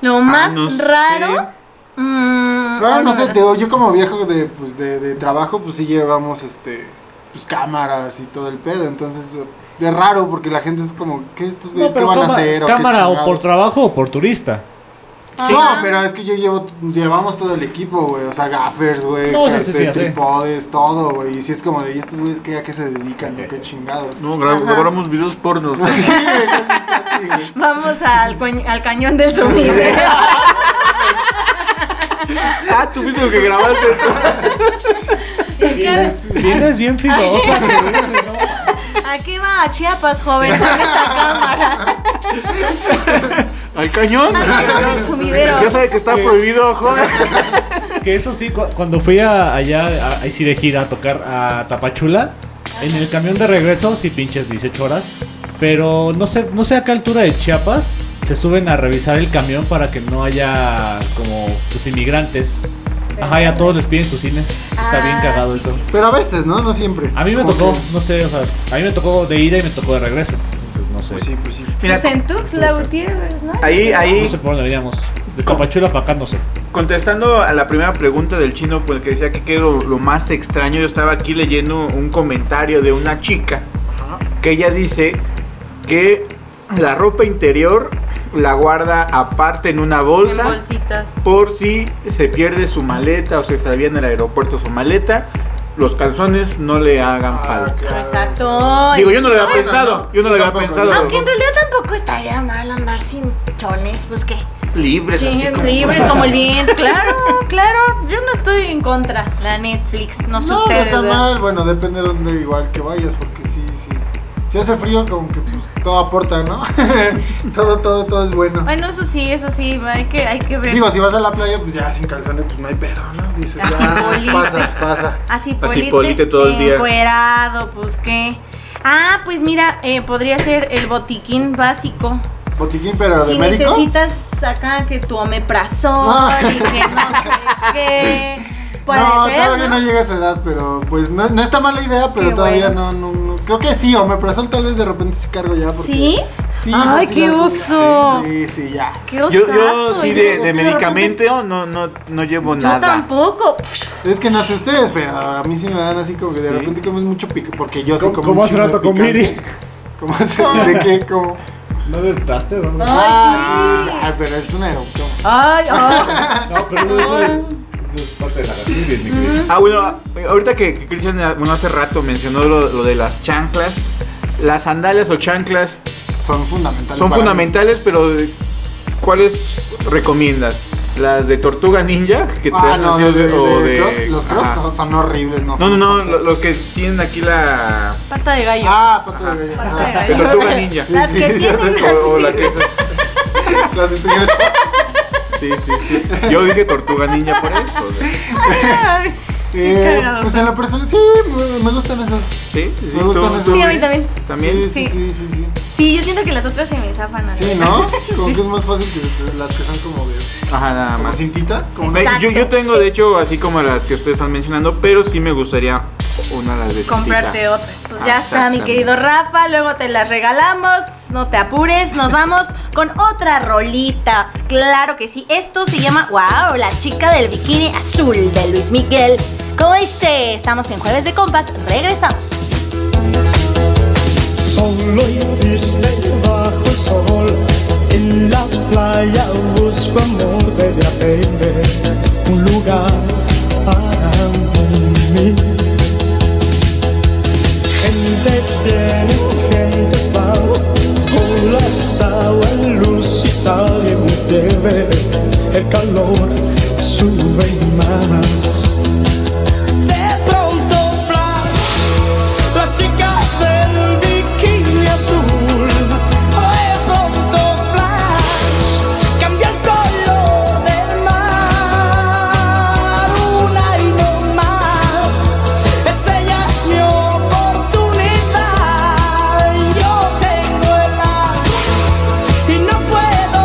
Speaker 2: Lo más
Speaker 3: Ah, no sé. Ah,
Speaker 2: raro. mm,
Speaker 4: Claro,
Speaker 2: ay,
Speaker 4: no sé,
Speaker 2: me-
Speaker 4: te digo, yo como viejo de, pues, de, de trabajo, pues sí llevamos este pues cámaras y todo el pedo, entonces es raro porque la gente es como, ¿qué estos güeyes qué van
Speaker 1: cama-
Speaker 4: a hacer? qué
Speaker 1: cámara o por
Speaker 4: chingados?
Speaker 1: trabajo o por turista.
Speaker 4: No,
Speaker 2: Ajá.
Speaker 4: pero es que yo llevo, llevamos todo el equipo, güey, o sea, gaffers, güey,
Speaker 1: No, sí, sí,
Speaker 4: este,
Speaker 1: sí, ya sé.
Speaker 4: tripodes, todo, güey, y si es como de, ¿y estos güeyes qué, a qué se dedican? ¿no? ¿Qué chingados?
Speaker 3: No, gra- grabamos videos pornos.
Speaker 4: Sí, güey, casi, casi, güey.
Speaker 2: Vamos al, coñ- al cañón del sonido.
Speaker 3: ah, tú viste lo que grabaste.
Speaker 2: Es que-
Speaker 1: Vienes bien filoso.
Speaker 2: ¿A qué va a Chiapas, joven? Con esta cámara.
Speaker 3: Al cañón.
Speaker 2: Al cañón del sumidero.
Speaker 3: Ya sabe que está prohibido, joder.
Speaker 1: que eso sí, cu- cuando fui a- allá, a- ahí sí de gira a tocar a Tapachula, En el camión de regreso, sí pinches 18 horas. Pero no sé, no sé a qué altura de Chiapas se suben a revisar el camión para que no haya como pues, inmigrantes. Ajá, y a todos les piden sus cines. Está bien
Speaker 2: Ah,
Speaker 1: cagado
Speaker 2: sí,
Speaker 1: eso.
Speaker 4: Pero a veces, ¿no? No siempre.
Speaker 1: A mí me
Speaker 4: Como
Speaker 1: tocó,
Speaker 4: que-
Speaker 1: no sé, o sea, a mí me tocó de ida y me tocó de regreso. Entonces, no sé.
Speaker 4: Pues sí, pues sí.
Speaker 3: Mira,
Speaker 2: Pues en Tuxtla Gutiérrez, ¿no?
Speaker 3: ahí, ahí.
Speaker 1: No sé por dónde veníamos. De Capachula para acá, no sé.
Speaker 3: Contestando a la primera pregunta del chino, pues que decía que qué es lo, lo más extraño, yo estaba aquí leyendo un comentario de una chica que ella dice que la ropa interior la guarda aparte en una
Speaker 2: En
Speaker 3: bolsa
Speaker 2: bolsitas.
Speaker 3: por si se pierde su maleta o se extravía en el aeropuerto su maleta, los calzones no le hagan falta.
Speaker 4: claro.
Speaker 2: Exacto.
Speaker 3: Digo, yo no lo había
Speaker 2: Bueno,
Speaker 3: pensado, yo no lo había
Speaker 4: Tampoco,
Speaker 3: pensado.
Speaker 4: Ah. no.
Speaker 2: Aunque en realidad tampoco estaría mal andar sin chones, pues qué.
Speaker 3: Libres,
Speaker 7: assim,
Speaker 3: así
Speaker 2: Chinguen
Speaker 3: como-
Speaker 2: libres como el viento, claro, claro. Yo no estoy en contra, la Netflix, no sé
Speaker 3: pues,
Speaker 4: No, no
Speaker 2: ustedes.
Speaker 4: está
Speaker 2: ¿verdad?
Speaker 4: mal, bueno, depende de dónde igual que vayas, porque sí, sí. Si hace frío, como que pues, todo aporta, ¿no? todo, todo, todo es bueno.
Speaker 2: Bueno, eso sí, eso sí, hay que, hay que ver.
Speaker 4: Digo, si vas a la playa, pues ya sin calzones, pues no hay pedo, ¿no? Dices,
Speaker 2: Ah, sí,
Speaker 4: ya,
Speaker 2: bolita.
Speaker 4: pasa, pasa.
Speaker 2: así
Speaker 3: Así polite todo el día.
Speaker 2: Encuerado, pues qué. Ah, pues mira, eh, podría ser el botiquín básico.
Speaker 4: Botiquín, pero de
Speaker 2: si
Speaker 4: médico.
Speaker 2: necesitas acá que tu omeprazol
Speaker 4: Ah.
Speaker 2: y que no sé qué. Puede
Speaker 4: no,
Speaker 2: ser. ¿no?
Speaker 4: todavía no llega a esa edad, pero pues no, no está mala idea, pero
Speaker 2: Qué
Speaker 4: todavía
Speaker 2: bueno.
Speaker 4: no, no, no. Creo que sí, omeprazol tal vez de repente sí cargo ya. Porque,
Speaker 2: ¿Sí?
Speaker 4: Sí,
Speaker 2: Ay,
Speaker 4: sí,
Speaker 2: qué
Speaker 4: ya-
Speaker 2: oso.
Speaker 4: Sí, sí, ya.
Speaker 2: Qué
Speaker 3: Yo,
Speaker 2: osazo.
Speaker 3: yo sí
Speaker 4: Es
Speaker 3: de, de
Speaker 4: que de
Speaker 3: medicamento no, no, no llevo
Speaker 2: Yo
Speaker 3: nada.
Speaker 2: tampoco.
Speaker 4: Es que no sé ustedes, pero a mí sí me dan así como que de
Speaker 3: Sí.
Speaker 4: repente comes mucho pico, porque yo sí
Speaker 1: ¿Cómo-
Speaker 4: como
Speaker 1: cómo
Speaker 4: un
Speaker 1: hace
Speaker 4: chingo de
Speaker 1: rato con
Speaker 4: picante.
Speaker 1: Miri?
Speaker 4: ¿Cómo hace? ¿De qué? ¿Cómo?
Speaker 1: ¿No dentaste,
Speaker 2: Ay,
Speaker 1: no?
Speaker 4: Ah,
Speaker 2: sí.
Speaker 4: ay, pero es un erupto.
Speaker 2: Ay, ay.
Speaker 1: No, pero no eso eso es parte de la gastritis, mi Cris.
Speaker 3: Ah, bueno, ahorita que, que Cristian, ah, bueno, hace rato mencionó lo, lo de las chanclas. Las sandalias o chanclas
Speaker 4: Son fundamentales.
Speaker 3: son
Speaker 4: para mí.
Speaker 3: fundamentales, pero ¿cuáles recomiendas? ¿Las de tortuga ninja? Que te
Speaker 4: Ah,
Speaker 3: dan
Speaker 4: no,
Speaker 3: así,
Speaker 4: de, de-
Speaker 3: o
Speaker 4: de-
Speaker 3: de-
Speaker 4: cro- los crocs
Speaker 3: ajá.
Speaker 4: son, son horribles, no
Speaker 3: No, no,
Speaker 4: son
Speaker 3: no,
Speaker 4: los-
Speaker 3: lo- los que tienen aquí la
Speaker 2: Pata de gallo.
Speaker 4: Ah, pato de
Speaker 2: Pata de
Speaker 4: gallo.
Speaker 3: de tortuga ninja.
Speaker 4: Sí,
Speaker 2: Las
Speaker 4: sí,
Speaker 2: que
Speaker 4: sí,
Speaker 2: tienen
Speaker 4: sí,
Speaker 2: así.
Speaker 3: O, o la que es-
Speaker 4: Las de señores.
Speaker 3: sí, sí, sí. Yo dije tortuga ninja por eso. o sea,
Speaker 2: Ay, qué
Speaker 4: Eh,
Speaker 2: cagado.
Speaker 4: pues en lo personal, sí, me, me gustan esas.
Speaker 3: Sí, sí,
Speaker 4: Me gustan
Speaker 3: tú-
Speaker 4: esas.
Speaker 3: tú-
Speaker 2: Sí, a mí también.
Speaker 3: También.
Speaker 4: Sí, sí, sí, sí. Sí,
Speaker 2: Sí, yo siento que las otras se me zafan. así.
Speaker 4: Sí, ¿no? Como que es más fácil que se- las que son como de.
Speaker 3: Ajá, nada
Speaker 4: Como
Speaker 3: más.
Speaker 4: cintita. Como
Speaker 3: Ve, Yo,
Speaker 2: Exacto.
Speaker 3: yo tengo, de hecho, así como las que ustedes están mencionando, pero sí me gustaría una de las de
Speaker 2: Comprarte
Speaker 3: cintita.
Speaker 2: otras. Pues ya está, mi
Speaker 3: Exactamente.
Speaker 2: querido Rafa. Luego te las regalamos. No te apures. Nos vamos con otra rolita. Claro que sí. Esto se llama, wow, la chica del bikini azul de Luis Miguel. Como dice, estamos en Jueves de Compas. Regresamos.
Speaker 5: Solo y triste bajo el sol, en la playa busco amor desde apenas un lugar para mí. Gentes vienen, gentes van, con la agua en luz y sale muy breve, el calor sube más. De pronto, flash. La chica del bikini azul Hoy pronto flash Cambia el color del mar Una y no más Es ella mi oportunidad Yo tengo el as Y no puedo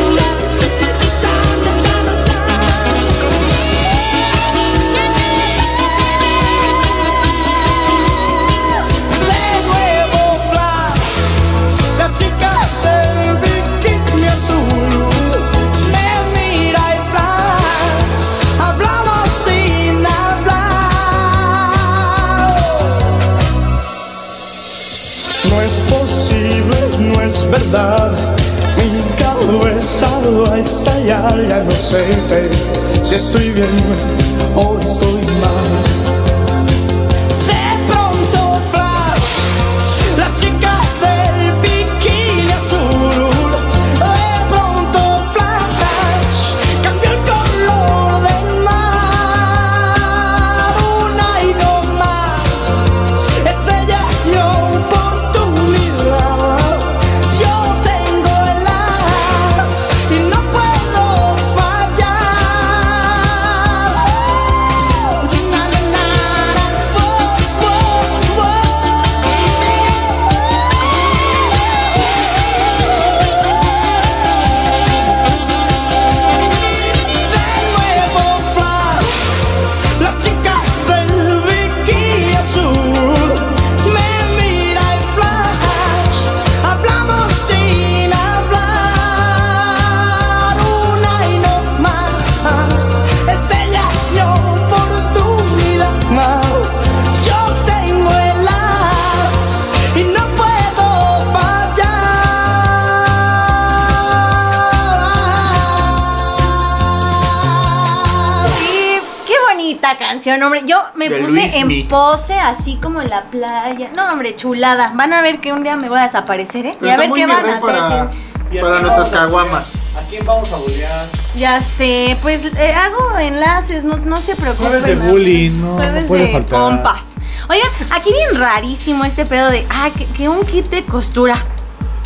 Speaker 5: Oh, fallar De nuevo flash, la chica del bikini azul Me mira y flash, hablamos sin hablar no es posible, no es verdad. Mi cabeza va a estallar, ya no sé si estoy bien o estoy mal. De pronto, flash, la chica del bikini azul. De pronto, flash, cambió el color del mar. Una y no más. Es ella mi oportunidad. Yo tengo el as y no puedo fallar.
Speaker 2: canción, hombre. Yo me
Speaker 3: De
Speaker 2: puse
Speaker 3: Luismi.
Speaker 2: en pose así como en la playa. No, hombre, chulada. Van a ver que un día me voy a desaparecer, ¿eh?
Speaker 4: Pero
Speaker 2: y a
Speaker 4: está
Speaker 2: ver
Speaker 4: muy
Speaker 2: qué van a
Speaker 4: guerrero
Speaker 2: hacer.
Speaker 4: para,
Speaker 2: sin-
Speaker 1: Y
Speaker 4: para
Speaker 1: aquí
Speaker 4: nuestras
Speaker 1: vamos a-
Speaker 4: caguamas.
Speaker 1: ¿A quién vamos a bullear?
Speaker 2: Ya sé, pues eh, hago enlaces, no, no se preocupen.
Speaker 1: Jueves de
Speaker 2: ¿no?
Speaker 1: bullying, no,
Speaker 2: Jueves
Speaker 1: no puede
Speaker 2: de
Speaker 1: faltar.
Speaker 2: compas. Oigan, aquí bien rarísimo este pedo de, ah, que, que un kit de costura.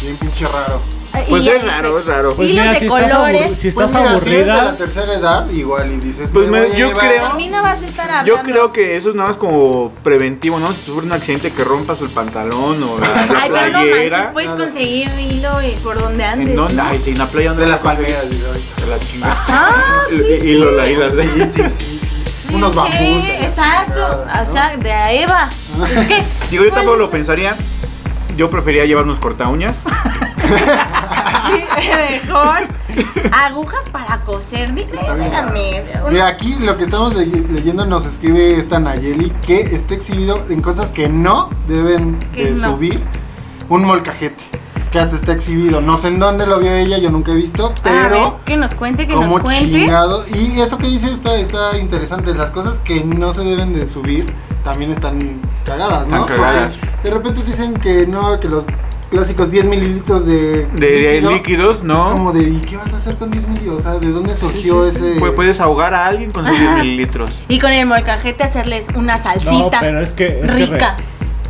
Speaker 4: Bien pinche raro.
Speaker 2: Eh,
Speaker 3: Pues
Speaker 2: y
Speaker 3: es
Speaker 2: ya-
Speaker 3: raro, es raro.
Speaker 1: Pues
Speaker 2: Hilos
Speaker 1: mira,
Speaker 2: de
Speaker 1: si estás, abur-
Speaker 2: colores.
Speaker 1: si estás
Speaker 4: Pues mira, si eres de la
Speaker 1: aburrida,
Speaker 4: tercera edad, igual y dices,
Speaker 3: Pues me-
Speaker 4: voy a
Speaker 3: yo
Speaker 4: llevar-
Speaker 3: creo-
Speaker 2: A mí no vas a estar hablando.
Speaker 3: Yo creo que eso es nada más como preventivo, ¿no? Si sufre un accidente que rompas el pantalón o la, la
Speaker 2: Ay, pero no manches,
Speaker 3: playera.
Speaker 2: puedes
Speaker 4: nada.
Speaker 2: conseguir hilo eh, por donde andes.
Speaker 3: ¿En dónde? Ay, sí, en la playa donde
Speaker 4: De las palmeras, digo, ay.
Speaker 3: la chingada.
Speaker 2: Ah, sí,
Speaker 3: Y-
Speaker 2: sí.
Speaker 3: y lo la y la-
Speaker 4: Sí, sí, sí, sí. Unos
Speaker 2: Sí,
Speaker 4: bambús. eh. Ah,
Speaker 2: Exacto.
Speaker 1: Ah,
Speaker 2: O sea, de a Eva. Es que-
Speaker 3: Digo, yo
Speaker 2: ¿cuál
Speaker 3: tampoco
Speaker 2: es?
Speaker 3: lo pensaría. Yo preferiría llevar unos corta uñas.
Speaker 2: Sí, mejor. Agujas para coser. Ni
Speaker 4: Está bien.
Speaker 2: créanme.
Speaker 4: Mira, aquí lo que estamos le- leyendo nos escribe esta Nayeli que está exhibido en cosas que no deben
Speaker 2: Que
Speaker 4: de
Speaker 2: no.
Speaker 4: subir un molcajete. Que hasta está exhibido. No sé en dónde lo vio ella, yo nunca he visto,
Speaker 2: A ver,
Speaker 4: pero
Speaker 2: que nos cuente, que
Speaker 4: como
Speaker 2: nos cuente.
Speaker 4: chingado. Y eso que dice está, está interesante. Las cosas que no se deben de subir también están cagadas, ¿no?
Speaker 3: Están cagadas.
Speaker 4: Porque de repente dicen que no, que los clásicos 10 mililitros de,
Speaker 3: De líquidos,
Speaker 4: Es
Speaker 3: ¿no.
Speaker 4: como de, ¿y qué vas a hacer con 10 mililitros? O sea, ¿de dónde surgió ese...?
Speaker 3: Pu- Puedes ahogar a alguien con sus 10 mililitros.
Speaker 2: Y con el molcajete hacerles una
Speaker 1: no,
Speaker 2: salsita
Speaker 1: pero es que, es que re-
Speaker 2: rica.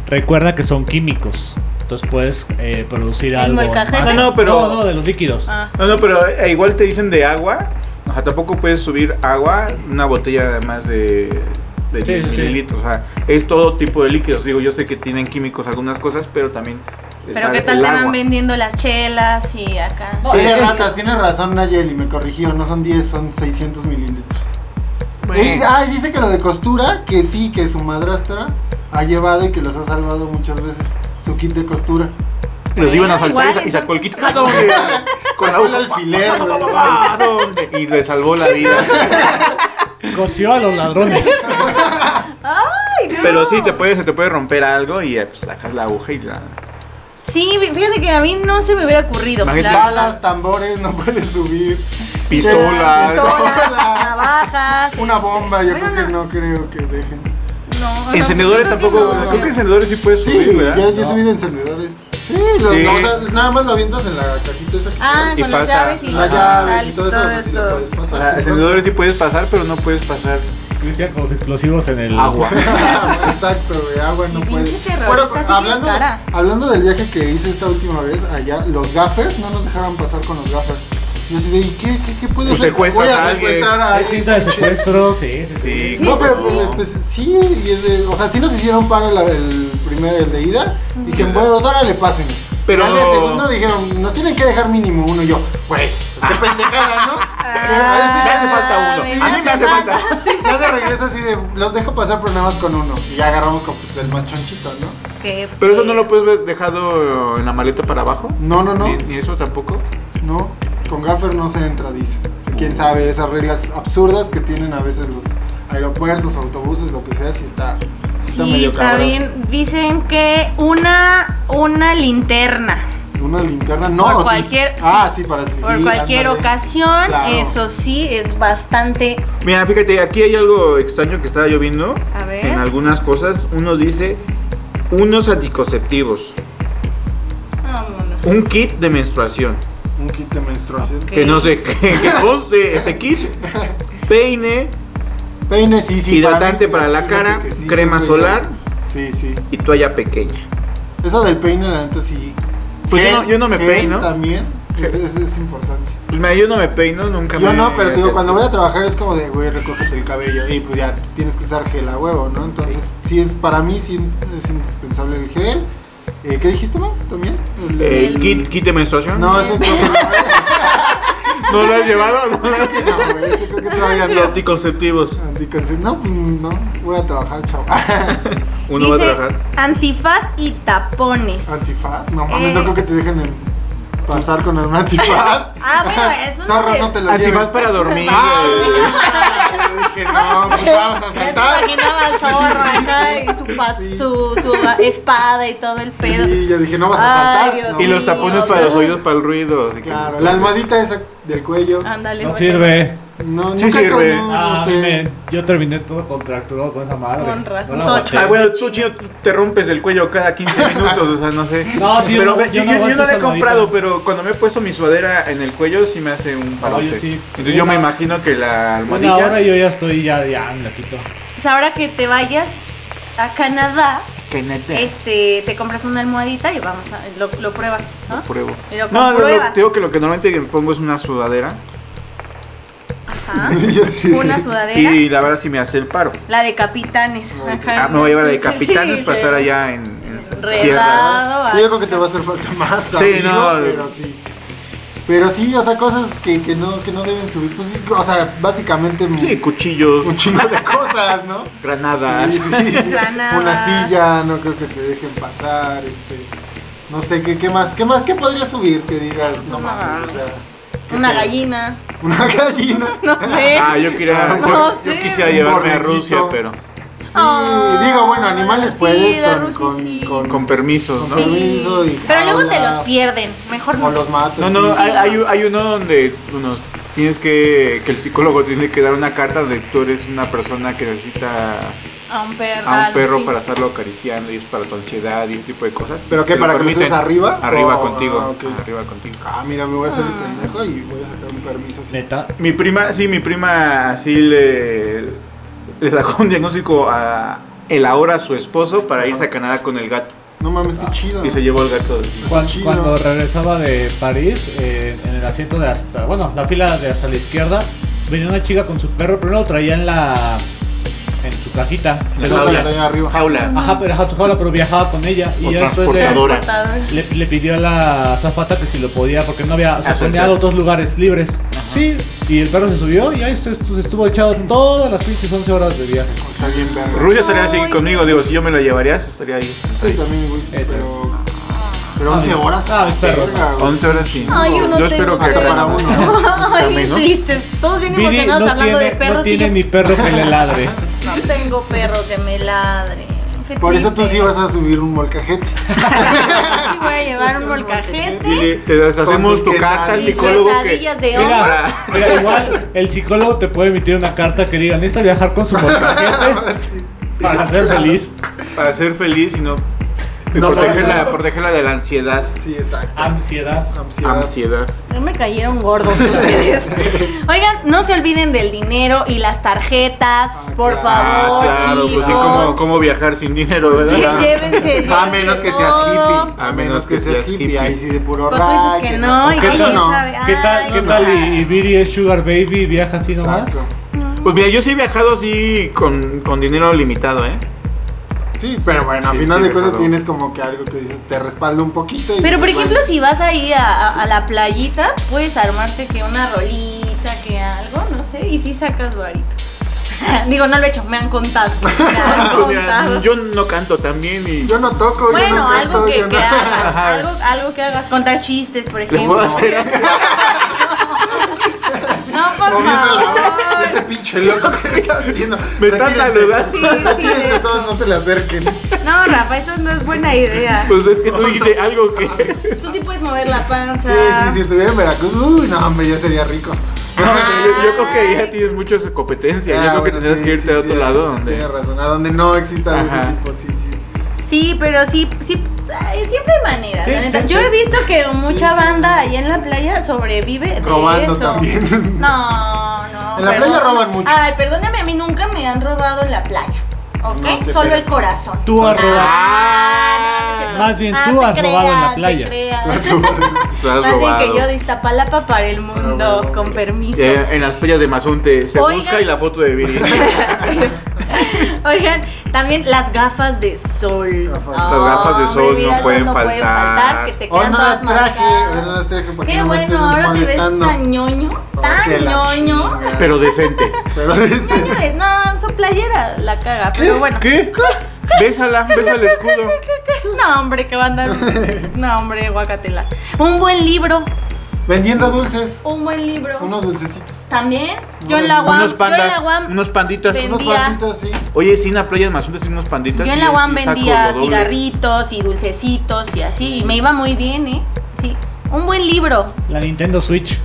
Speaker 1: recuerda que son químicos. Entonces puedes eh, producir
Speaker 2: El
Speaker 1: algo.
Speaker 2: molcajete.
Speaker 1: más-
Speaker 3: No, no, pero-
Speaker 1: No, no, de los líquidos.
Speaker 2: Ah.
Speaker 3: No, no, pero eh, igual te dicen de agua. O sea, tampoco puedes subir agua, una botella más de, de
Speaker 1: Sí,
Speaker 3: 10
Speaker 1: sí, sí.
Speaker 3: mililitros. O sea, es todo tipo de líquidos. Digo, yo sé que tienen químicos algunas cosas, pero también.
Speaker 2: Pero
Speaker 3: está
Speaker 2: qué tal
Speaker 3: el
Speaker 2: te van
Speaker 3: agua.
Speaker 2: vendiendo las chelas y acá.
Speaker 4: Sí, de ratas, tienes razón Nayeli, me corrigió, no son 10, son 600 mililitros.
Speaker 3: Bueno.
Speaker 4: Y- ah, y dice que lo de costura, que sí, que su madrastra ha llevado y que los ha salvado muchas veces, su kit de costura.
Speaker 3: Los iban a
Speaker 2: Igual,
Speaker 3: saltar y sa-
Speaker 2: entonces-
Speaker 3: y sacó el kit. ¿A dónde? Con la
Speaker 4: Sacó el
Speaker 3: aguja.
Speaker 4: alfiler,
Speaker 3: Pa, pa, pa,
Speaker 4: güey.
Speaker 3: pa, ¿A dónde? Y le salvó la vida.
Speaker 1: Coció a los ladrones.
Speaker 2: Ay, no.
Speaker 3: Pero sí, te puede, se te puede romper algo y eh, pues, sacas la aguja y la.
Speaker 2: Sí, fíjate que a mí no se me hubiera ocurrido.
Speaker 3: Imagínate.
Speaker 2: la-
Speaker 4: Balas, tambores, no puedes subir.
Speaker 3: Pistola.
Speaker 2: pistola, navajas.
Speaker 4: Una
Speaker 2: este,
Speaker 4: bomba, yo
Speaker 2: bueno,
Speaker 4: creo que
Speaker 2: no.
Speaker 4: no creo que dejen.
Speaker 2: no, no,
Speaker 3: Encendedores
Speaker 2: yo creo que
Speaker 3: tampoco.
Speaker 2: no.
Speaker 3: Creo que encendedores sí puedes
Speaker 4: Sí,
Speaker 3: subir,
Speaker 4: yo,
Speaker 3: ¿verdad?
Speaker 4: yo he subido encendedores. Sí, los-
Speaker 3: Sí.
Speaker 4: o sea, nada más lo avientas en la cajita esa que
Speaker 2: Ah,
Speaker 3: Y
Speaker 2: con las
Speaker 3: pasa.
Speaker 2: llaves y
Speaker 4: La
Speaker 2: los
Speaker 4: llave y
Speaker 2: cristales,
Speaker 4: todo eso, o sea, sí lo puedes
Speaker 3: O
Speaker 4: pasar.
Speaker 3: sea,
Speaker 4: sin
Speaker 3: Ah, encendedores sí puedes pasar, pero no puedes pasar
Speaker 1: Cristian con los explosivos en el.
Speaker 3: agua.
Speaker 4: Exacto, de agua
Speaker 2: Sí,
Speaker 4: no
Speaker 2: pinche
Speaker 4: puede.
Speaker 2: terrorista,
Speaker 4: Bueno,
Speaker 2: sí que
Speaker 4: hablando,
Speaker 2: estará.
Speaker 4: hablando del viaje que hice esta última vez allá, los gaffers no nos dejaron pasar con los gaffers. Yo así de, ¿y qué, qué, qué puedo
Speaker 3: Pues
Speaker 4: hacer?
Speaker 3: secuestras
Speaker 4: Voy
Speaker 3: a
Speaker 4: a
Speaker 3: alguien.
Speaker 4: secuestrar a
Speaker 1: Es cinta de
Speaker 4: alguien.
Speaker 1: secuestro, sí, sí, sí.
Speaker 3: Sí.
Speaker 2: Sí,
Speaker 4: No,
Speaker 2: sí,
Speaker 4: pero
Speaker 2: sí.
Speaker 4: pues, pues, sí, y es de, o sea, sí nos hicieron para el primer, el de ida. Dijeron, bueno, pues, ahora le pasen.
Speaker 3: Pero-
Speaker 4: Ya en el segundo dijeron, nos tienen que dejar mínimo uno. Y yo, güey, qué pendejada, ¿no?
Speaker 2: Ah,
Speaker 4: Me
Speaker 3: hace falta uno.
Speaker 4: Sí,
Speaker 2: me
Speaker 4: sí,
Speaker 2: hace
Speaker 4: me hace
Speaker 2: falta.
Speaker 4: falta. Ya de regreso así de, los dejo pasar, pero nada más con uno. Y ya agarramos con pues, el más chonchito, ¿no?
Speaker 2: Qué
Speaker 3: Pero eso no
Speaker 2: feo.
Speaker 3: lo puedes ver dejado en la maleta para abajo.
Speaker 4: No, no, no.
Speaker 3: Ni, ni eso tampoco.
Speaker 4: No, con gaffer no se entra, dice.
Speaker 3: Uh.
Speaker 4: Quién sabe esas reglas absurdas que tienen a veces los aeropuertos, autobuses, lo que sea, si está, está
Speaker 2: Sí,
Speaker 4: medio
Speaker 2: está
Speaker 4: cabrón.
Speaker 2: bien. Dicen que una, una linterna
Speaker 4: Una linterna, no.
Speaker 2: Por
Speaker 4: sí.
Speaker 2: cualquier-
Speaker 4: Ah, sí, para sí,
Speaker 2: por cualquier
Speaker 4: ándale.
Speaker 2: ocasión,
Speaker 4: Claro.
Speaker 2: eso sí, es bastante...
Speaker 3: Mira, fíjate, aquí hay algo extraño que estaba lloviendo.
Speaker 2: A ver.
Speaker 3: En algunas cosas, uno dice unos anticonceptivos,
Speaker 2: Vámonos.
Speaker 3: un kit de menstruación,
Speaker 4: Un kit de menstruación.
Speaker 2: Ok.
Speaker 3: que no sé qué qué conste ese kit, peine
Speaker 4: Peine, sí, sí.
Speaker 3: Hidratante para la
Speaker 4: fíjate
Speaker 3: cara,
Speaker 4: que sí,
Speaker 3: crema
Speaker 4: siempre-
Speaker 3: solar.
Speaker 4: Sí, sí.
Speaker 3: y toalla pequeña.
Speaker 4: Eso del peine, la neta, sí.
Speaker 3: Pues yo no- yo no me
Speaker 4: gel
Speaker 3: peino.
Speaker 4: También, es, es- es importante.
Speaker 3: Pues mira, yo no me peino, nunca
Speaker 4: Yo
Speaker 3: me-
Speaker 4: no, pero te digo, cuando voy a trabajar es como de, güey, recógete el cabello. Y pues ya tienes que usar gel a huevo, ¿no? Entonces, sí, es para mí sí es indispensable el gel. Eh, ¿Qué dijiste más también? El-
Speaker 3: El kit, kit de Eh, menstruación.
Speaker 4: No, ese creo que
Speaker 3: ¿No lo has llevado. No lo has
Speaker 4: no,
Speaker 3: llevado.
Speaker 4: güey, ese creo que todavía
Speaker 3: Y
Speaker 4: no.
Speaker 3: anticonceptivos.
Speaker 4: Anticonce- No, pues no, voy a trabajar, chavo.
Speaker 3: Uno va a
Speaker 2: Dice
Speaker 3: trabajar.
Speaker 2: antifaz y tapones.
Speaker 4: Antifaz, no mames,
Speaker 2: Eh.
Speaker 4: no creo que te dejen en- pasar con el antifaz.
Speaker 2: Ah, bueno, eso no
Speaker 4: Zorro,
Speaker 2: te-
Speaker 4: no te lo
Speaker 3: Antifaz
Speaker 4: lleves.
Speaker 3: para dormir. eh,
Speaker 4: Ah, yo dije, no, pues vamos a
Speaker 2: Ya se
Speaker 4: saltar.
Speaker 2: imaginaba al zorro acá y su, pas-
Speaker 4: Sí.
Speaker 2: su, su espada y todo el pedo.
Speaker 4: Sí, yo dije, no vas a
Speaker 2: Ay,
Speaker 4: saltar.
Speaker 2: Dios
Speaker 4: No.
Speaker 3: Y los tapones para los oídos para el ruido. así que-
Speaker 4: Claro, la almohadita esa del cuello.
Speaker 2: Ándale,
Speaker 1: No
Speaker 2: bueno.
Speaker 1: sirve.
Speaker 4: No,
Speaker 3: Sí
Speaker 4: nunca
Speaker 3: sirve.
Speaker 4: con- no, no
Speaker 1: Ah,
Speaker 4: sé.
Speaker 1: me- yo terminé todo contracturado con esa madre.
Speaker 2: Con
Speaker 1: No
Speaker 2: razón,
Speaker 1: la
Speaker 2: todo
Speaker 1: aguanté.
Speaker 3: Ah, bueno, tú, chino, tú te rompes el cuello cada 15 minutos, o sea, no sé.
Speaker 1: No, sí, yo
Speaker 3: pero
Speaker 1: no-
Speaker 3: ve,
Speaker 1: yo
Speaker 3: yo,
Speaker 1: no
Speaker 3: yo no,
Speaker 1: aguanto
Speaker 3: la he
Speaker 1: esa
Speaker 3: comprado,
Speaker 1: nodita.
Speaker 3: pero cuando me he puesto mi sudadera en el cuello sí me hace un parote.
Speaker 1: yo sí.
Speaker 3: Entonces yo
Speaker 1: Una-
Speaker 3: me imagino que la
Speaker 1: Bueno,
Speaker 3: almohadilla...
Speaker 1: ahora yo ya estoy, ya, ya me la quito.
Speaker 2: Pues ahora que te vayas a Canadá,
Speaker 3: Que neta,
Speaker 2: este, te compras una almohadita y vamos a, lo, lo pruebas, ¿no?
Speaker 3: lo pruebo.
Speaker 2: Y lo
Speaker 3: No, lo- lo-
Speaker 2: compruebas.
Speaker 3: te digo que lo que normalmente me pongo es una sudadera
Speaker 2: Ajá.
Speaker 4: Yo sí.
Speaker 2: Una sudadera.
Speaker 3: y la verdad sí me hace el paro.
Speaker 2: La de capitanes. Ajá.
Speaker 3: Ah, me voy a llevar la de
Speaker 2: Sí,
Speaker 3: capitanes
Speaker 2: sí,
Speaker 3: para
Speaker 2: sí.
Speaker 3: estar allá en, en tierras.
Speaker 2: Redado.
Speaker 4: Sí, yo creo que te va a hacer falta más.
Speaker 3: Sí,
Speaker 4: amigo,
Speaker 3: no.
Speaker 4: Pero sí. Pero sí, o sea, cosas que, que, no, que no deben subir. Pues sí, o sea, básicamente
Speaker 3: Sí, Ah. cuchillos,
Speaker 4: un chingo de cosas, ¿no?
Speaker 3: granadas.
Speaker 4: Sí, sí, sí.
Speaker 2: Granadas.
Speaker 4: Una silla, no creo que te dejen pasar, este. No sé, ¿qué, qué más? ¿Qué más? ¿Qué podría subir que digas? No mames, o sea,
Speaker 2: Una gallina.
Speaker 4: una gallina.
Speaker 2: No sé.
Speaker 3: Ah, yo quería,
Speaker 2: No
Speaker 3: yo, yo
Speaker 2: sé.
Speaker 3: quisiera
Speaker 4: Un
Speaker 3: llevarme a
Speaker 4: borreguito.
Speaker 3: Rusia, pero
Speaker 4: Sí,
Speaker 2: Ah,
Speaker 4: digo, bueno, animales
Speaker 2: sí,
Speaker 4: puedes
Speaker 2: la
Speaker 4: con,
Speaker 2: Rusi
Speaker 4: con,
Speaker 2: sí.
Speaker 4: con-
Speaker 3: con permisos, ¿no?
Speaker 4: Sí. Permiso y
Speaker 2: Pero luego te
Speaker 4: jaula.
Speaker 2: los pierden. Mejor
Speaker 4: o
Speaker 2: no.
Speaker 4: los matos.
Speaker 3: No, no,
Speaker 4: sí.
Speaker 3: hay, hay, hay uno donde unos, tienes que, que el psicólogo tiene que dar una carta donde tú eres una persona que necesita
Speaker 2: A un perro.
Speaker 3: a un
Speaker 2: algo
Speaker 3: perro
Speaker 2: así.
Speaker 3: para estarlo acariciando y es para tu ansiedad y ese tipo de cosas.
Speaker 4: ¿Pero qué,
Speaker 3: Te lo
Speaker 4: para que lo
Speaker 3: permiten.
Speaker 4: subas arriba?
Speaker 3: Arriba
Speaker 4: Oh,
Speaker 3: contigo,
Speaker 4: ah, ok.
Speaker 3: arriba contigo.
Speaker 4: Ah, mira, me voy a hacer el pendejo y voy a sacar un permiso. sí.
Speaker 1: Neta.
Speaker 3: Mi prima, sí, mi prima así le, le sacó un diagnóstico a el ahora su esposo para irse a Canadá con el gato
Speaker 4: No mames, qué chido.
Speaker 3: y se llevó el gato. de-
Speaker 1: Cuan-
Speaker 4: chido.
Speaker 1: Cuando regresaba de París, eh, en el asiento de hasta, bueno, la fila de hasta la izquierda, venía una chica con su perro, pero no lo traía en la, en su cajita.
Speaker 3: En la
Speaker 4: No se
Speaker 3: jaula.
Speaker 4: la tenía arriba.
Speaker 3: Jaula.
Speaker 1: Ajá, pero ajá, su jaula, pero viajaba con ella y
Speaker 3: O
Speaker 1: ya después le,
Speaker 3: transportador. Adora.
Speaker 2: Transportador.
Speaker 1: le, le pidió a la azafata que si lo podía, porque no había, o sea,
Speaker 3: Asaltar.
Speaker 1: tenía otros lugares libres. Sí, y el perro se subió y ahí estu- estu- estuvo echado todas las pinches 11 horas de viaje.
Speaker 4: Ah, Está bien, verga.
Speaker 3: Rusia estaría así
Speaker 2: Ay.
Speaker 3: conmigo, digo, si yo me lo llevaría, estaría ahí.
Speaker 4: Sí, también, güey, sí,
Speaker 1: Eh,
Speaker 4: pero. Pero 11
Speaker 1: Ah,
Speaker 4: horas.
Speaker 1: ah, mis perros.
Speaker 4: verga, güey.
Speaker 3: 11 horas sí.
Speaker 2: Ay, yo no
Speaker 3: espero
Speaker 2: tengo
Speaker 3: que
Speaker 4: Hasta
Speaker 2: perro.
Speaker 4: para uno.
Speaker 2: Ay, bien
Speaker 3: menos.
Speaker 2: tristes. Todos bien
Speaker 1: Viri
Speaker 2: emocionados
Speaker 1: no
Speaker 2: hablando
Speaker 1: tiene,
Speaker 2: de perros.
Speaker 1: no
Speaker 2: y
Speaker 1: tiene
Speaker 2: yo,
Speaker 1: ni perro que le ladre.
Speaker 2: No tengo perro que me ladre. Qué
Speaker 4: Por eso tú
Speaker 2: triste.
Speaker 4: sí vas a subir un molcajete.
Speaker 2: Sí, voy a llevar un molcajete.
Speaker 3: Dile, te das-
Speaker 4: Con
Speaker 3: hacemos
Speaker 4: tus
Speaker 3: tu carta al
Speaker 4: quesadillas.
Speaker 3: psicólogo que
Speaker 2: Quesadillas de
Speaker 1: Mira, mira, igual el psicólogo te puede emitir una carta que diga, necesita viajar con su molcajete para ser feliz.
Speaker 3: para ser feliz y no, y
Speaker 4: No,
Speaker 3: protegerla,
Speaker 4: no, no.
Speaker 3: protegerla de la ansiedad,
Speaker 4: Sí, exacto.
Speaker 1: Ansiedad.
Speaker 4: Ansiedad.
Speaker 3: ansiedad.
Speaker 2: No me cayeron gordos ustedes. Oigan, no se olviden del dinero y las tarjetas,
Speaker 4: Ah,
Speaker 2: por
Speaker 4: claro.
Speaker 2: favor,
Speaker 3: ah, claro,
Speaker 2: chicos.
Speaker 3: pues sí, ¿cómo, cómo viajar sin dinero,
Speaker 4: Pues
Speaker 2: Sí,
Speaker 3: ¿verdad?
Speaker 4: Claro.
Speaker 2: llévense,
Speaker 4: A
Speaker 2: llévense
Speaker 4: menos que seas
Speaker 2: todo.
Speaker 4: hippie. A menos que seas hippie. Ahí sí de puro
Speaker 2: Pero tú dices que no, y
Speaker 4: ¿Qué
Speaker 2: que
Speaker 4: tal
Speaker 2: quién
Speaker 4: no?
Speaker 2: sabe.
Speaker 1: ¿Qué tal,
Speaker 2: Ay,
Speaker 1: qué
Speaker 2: no.
Speaker 1: tal y, y Viri es Sugar Baby y viaja así nomás?
Speaker 4: Exacto.
Speaker 3: Pues mira, yo sí he viajado así con, con dinero limitado, ¿eh?
Speaker 4: Sí, pero bueno,
Speaker 3: Sí,
Speaker 4: al final
Speaker 3: sí,
Speaker 4: de cuentas
Speaker 3: recuerdo.
Speaker 4: tienes como que algo que dices, te respalda un poquito. y
Speaker 2: Pero por
Speaker 4: dices,
Speaker 2: ejemplo,
Speaker 4: bueno,
Speaker 2: si vas ahí a, a- a la playita, puedes armarte que una rolita, que algo, no sé, y si sacas varita. Digo, no lo he hecho, me han contado. Me han
Speaker 3: Pues mira,
Speaker 2: contado.
Speaker 3: yo no canto también y
Speaker 4: Yo no toco. yo
Speaker 2: Bueno,
Speaker 4: no canto,
Speaker 2: algo que,
Speaker 4: yo
Speaker 2: que
Speaker 4: no-
Speaker 2: hagas, algo, algo que hagas, contar chistes, por
Speaker 3: ¿Le puedo
Speaker 2: ejemplo.
Speaker 3: hacer?
Speaker 2: No, por
Speaker 4: Moviendo la
Speaker 2: favor.
Speaker 4: ese pinche loco que está haciendo.
Speaker 3: Me está
Speaker 4: Retírense.
Speaker 3: saludando.
Speaker 2: Sí, sí, de
Speaker 4: Retírense
Speaker 2: hecho.
Speaker 4: todos, no se le acerquen.
Speaker 2: No, Rafa, eso no es buena idea.
Speaker 3: Pues es que tú dijiste algo que...
Speaker 2: Tú sí puedes mover la panza.
Speaker 4: Sí, sí, si estuviera en Veracruz, uy, no, hombre, ya sería rico. Ah,
Speaker 3: No, o sea, yo, yo creo que ya tienes mucha competencia, yo creo que tendrías que irte a otro lado donde...
Speaker 4: Tienes razón, a donde no exista de
Speaker 3: Ajá.
Speaker 4: ese tipo, sí, sí.
Speaker 2: Sí, pero sí, sí, ay, siempre hay maneras.
Speaker 1: Sí,
Speaker 2: la neta.
Speaker 1: sí,
Speaker 2: Yo
Speaker 1: sí.
Speaker 2: he visto que mucha
Speaker 4: sí.
Speaker 2: banda allá en la playa sobrevive de
Speaker 4: Robando
Speaker 2: eso.
Speaker 4: también.
Speaker 2: No, no.
Speaker 4: En la playa roban mucho.
Speaker 2: Ay, perdóname, a mí nunca me han robado la playa. ¿Ok?
Speaker 4: No sé,
Speaker 2: Solo
Speaker 4: pero
Speaker 2: el
Speaker 4: sí.
Speaker 2: corazón.
Speaker 1: Tú has
Speaker 2: Ah, no, no, no, no.
Speaker 1: Más bien,
Speaker 2: Ah,
Speaker 1: tú
Speaker 2: se
Speaker 1: has robado en la
Speaker 2: se
Speaker 1: playa.
Speaker 2: crea.
Speaker 3: Tú has
Speaker 2: Más bien
Speaker 3: robado.
Speaker 2: que yo de Iztapalapa para el mundo,
Speaker 4: bueno.
Speaker 2: con permiso.
Speaker 3: Eh, en las playas de Mazunte se
Speaker 2: Oigan.
Speaker 3: busca y la foto de Viri.
Speaker 2: Oigan, también las gafas de sol.
Speaker 4: Gafas.
Speaker 3: Las gafas de
Speaker 2: hombre,
Speaker 3: sol no
Speaker 2: míralas,
Speaker 3: pueden faltar.
Speaker 2: faltar, Que te
Speaker 4: Hoy
Speaker 2: quedan
Speaker 4: no las
Speaker 2: todas
Speaker 4: traje,
Speaker 2: marcadas.
Speaker 4: hoy no las traje porque
Speaker 2: Qué
Speaker 4: no me estés
Speaker 2: bueno, ahora te ves
Speaker 4: molestando.
Speaker 2: tan ñoño,
Speaker 4: Oh, que
Speaker 2: tan
Speaker 4: la
Speaker 2: ñoño.
Speaker 4: chinga.
Speaker 3: Pero decente.
Speaker 4: Pero
Speaker 2: Ya
Speaker 4: dice.
Speaker 2: ves, No, su playera la caga, pero bueno.
Speaker 3: ¿Qué? Bésala, besa el escudo.
Speaker 2: No, hombre, que banda. No, hombre, guacatela. Un buen libro,
Speaker 4: Vendiendo dulces,
Speaker 2: un buen libro.
Speaker 4: unos dulcecitos.
Speaker 2: También, yo en la
Speaker 4: Unos
Speaker 2: UAM,
Speaker 3: Unos
Speaker 2: yo en la
Speaker 3: pandas,
Speaker 2: UAM
Speaker 3: unos panditas.
Speaker 2: Ven-
Speaker 4: Unos
Speaker 2: Vendía.
Speaker 4: pasitos, sí.
Speaker 3: Oye, sí, en la playa de Mazunte sí unos panditas.
Speaker 2: Yo en
Speaker 3: y-
Speaker 2: la UAM
Speaker 3: y saco
Speaker 2: vendía
Speaker 3: lo doble.
Speaker 2: cigarritos y dulcecitos y así, y me iba muy bien, ¿eh? Sí. Un buen libro.
Speaker 1: La Nintendo Switch.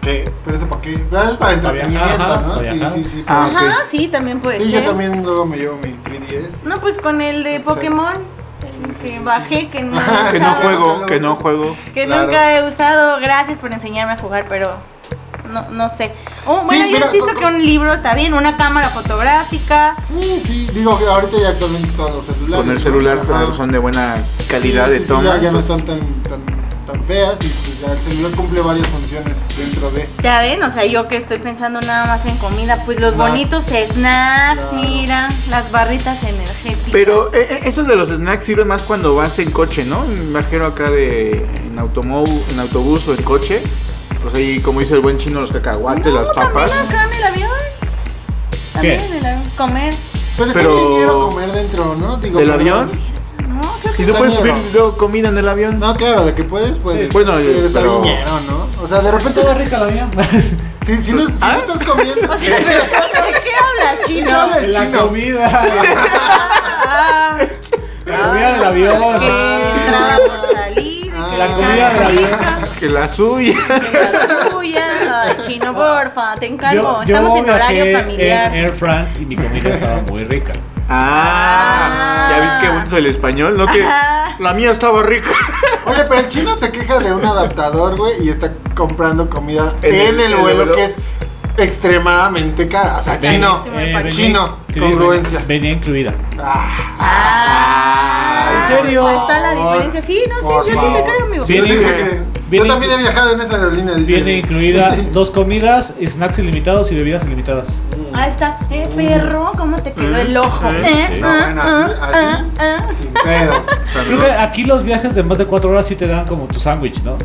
Speaker 4: qué? Pero eso para qué. Ah, Es para
Speaker 1: Para viajar,
Speaker 4: entretenimiento,
Speaker 1: ajá,
Speaker 4: ¿no?
Speaker 1: para
Speaker 4: Sí,
Speaker 1: viajar.
Speaker 4: sí, sí.
Speaker 3: Ah,
Speaker 4: pero-
Speaker 2: Ajá, sí, también puede
Speaker 4: sí,
Speaker 2: ser.
Speaker 4: yo también luego me llevo mi 3DS.
Speaker 2: No, pues con el de
Speaker 4: Exacto.
Speaker 2: Pokémon. el
Speaker 4: Sí, sí,
Speaker 2: que
Speaker 4: sí,
Speaker 2: bajé,
Speaker 4: sí.
Speaker 2: que no, he
Speaker 4: Ajá,
Speaker 3: Que no
Speaker 2: usado,
Speaker 3: juego, que no juego.
Speaker 2: Que
Speaker 4: Claro.
Speaker 2: nunca he usado. Gracias por enseñarme a jugar, pero no, no sé. Oh,
Speaker 4: Sí,
Speaker 2: bueno, yo
Speaker 4: mira,
Speaker 2: insisto
Speaker 4: co-
Speaker 2: que un libro está bien, una cámara fotográfica.
Speaker 4: Sí, sí, digo que ahorita ya actualmente todos los celulares.
Speaker 3: Con el celular
Speaker 4: Ajá.
Speaker 3: son de buena calidad
Speaker 4: Sí,
Speaker 3: de pues.
Speaker 4: sí, sí,
Speaker 3: toma.
Speaker 4: ya, ya no están tan, tan, tan feas y pues ya el celular cumple varias funciones dentro de.
Speaker 2: Ya ven, o sea, yo que estoy pensando nada más en comida, pues los
Speaker 4: Snacks.
Speaker 2: bonitos snacks,
Speaker 4: Claro.
Speaker 2: mira, las barritas energéticas.
Speaker 3: Pero eh, eh, esos de los snacks sirven más cuando vas en coche, ¿no? Me imagino acá de en, automóvil, en autobús o en coche. Pues ahí, como dice el buen chino, los cacahuates,
Speaker 2: no,
Speaker 3: las papas.
Speaker 2: también acá en el avión. También
Speaker 1: ¿Qué?
Speaker 2: en el avión. Comer.
Speaker 4: Pero,
Speaker 3: Pero-
Speaker 4: está bien quiero comer dentro, ¿no? Digo,
Speaker 3: ¿Del
Speaker 4: pero-
Speaker 3: avión?
Speaker 2: No, creo que
Speaker 3: Y no
Speaker 4: Está
Speaker 3: puedes subir
Speaker 4: ñero.
Speaker 3: luego comida en el avión.
Speaker 4: No, claro, de que puedes, puedes.
Speaker 3: Sí, bueno,
Speaker 4: pero está
Speaker 3: pero-
Speaker 4: bien ñero, ¿no? O sea, de repente.
Speaker 1: Estaba rica la mía.
Speaker 4: Si, si, no, si
Speaker 3: Ah.
Speaker 4: no estás comiendo.
Speaker 2: O sea, pero ¿de qué hablas, chino?
Speaker 4: habla el
Speaker 1: la
Speaker 4: chino?
Speaker 1: comida.
Speaker 2: Ah,
Speaker 1: La comida del avión.
Speaker 2: que entrada por salir, que
Speaker 4: La
Speaker 2: la
Speaker 1: comida de Ah. la
Speaker 2: rica,
Speaker 3: Que la suya.
Speaker 2: que la suya. Ay, chino, porfa, te encargo.
Speaker 1: Yo- yo
Speaker 2: Estamos en
Speaker 1: viajé
Speaker 2: horario
Speaker 1: En
Speaker 2: familiar.
Speaker 1: Air France y mi comida estaba muy rica.
Speaker 3: Ah, ya ves que bueno es el español, ¿no? Que
Speaker 2: Ajá.
Speaker 3: la mía estaba rica.
Speaker 4: Oye, pero el chino se queja de un adaptador, güey, y está comprando comida en, el, vuelo, que es extremadamente cara. O sea, chino,
Speaker 2: Sí, me parece.
Speaker 4: chino,
Speaker 1: venía-
Speaker 4: congruencia.
Speaker 1: Venía incluida.
Speaker 4: Ah,
Speaker 2: Ah,
Speaker 1: ¿en serio?
Speaker 2: ahí Está la diferencia. Sí, no
Speaker 4: Por
Speaker 2: sé, yo sí me
Speaker 4: favor.
Speaker 2: cargo, amigo.
Speaker 1: Sí.
Speaker 4: yo, sí
Speaker 1: Viene-
Speaker 4: sé que-
Speaker 1: viene-
Speaker 4: yo también he viajado en esa aerolínea, dice.
Speaker 1: Viene incluida dos comidas, snacks ilimitados y bebidas ilimitadas.
Speaker 2: Ahí está. Eh, perro, ¿cómo te quedó el ojo?
Speaker 3: Sí,
Speaker 2: Eh,
Speaker 1: sí.
Speaker 4: No,
Speaker 2: ah,
Speaker 4: bueno,
Speaker 2: ah,
Speaker 4: así, así,
Speaker 2: ah, ah.
Speaker 4: sin pedos.
Speaker 1: Creo que aquí los viajes de más de 4 horas sí te dan como tu sándwich, ¿no?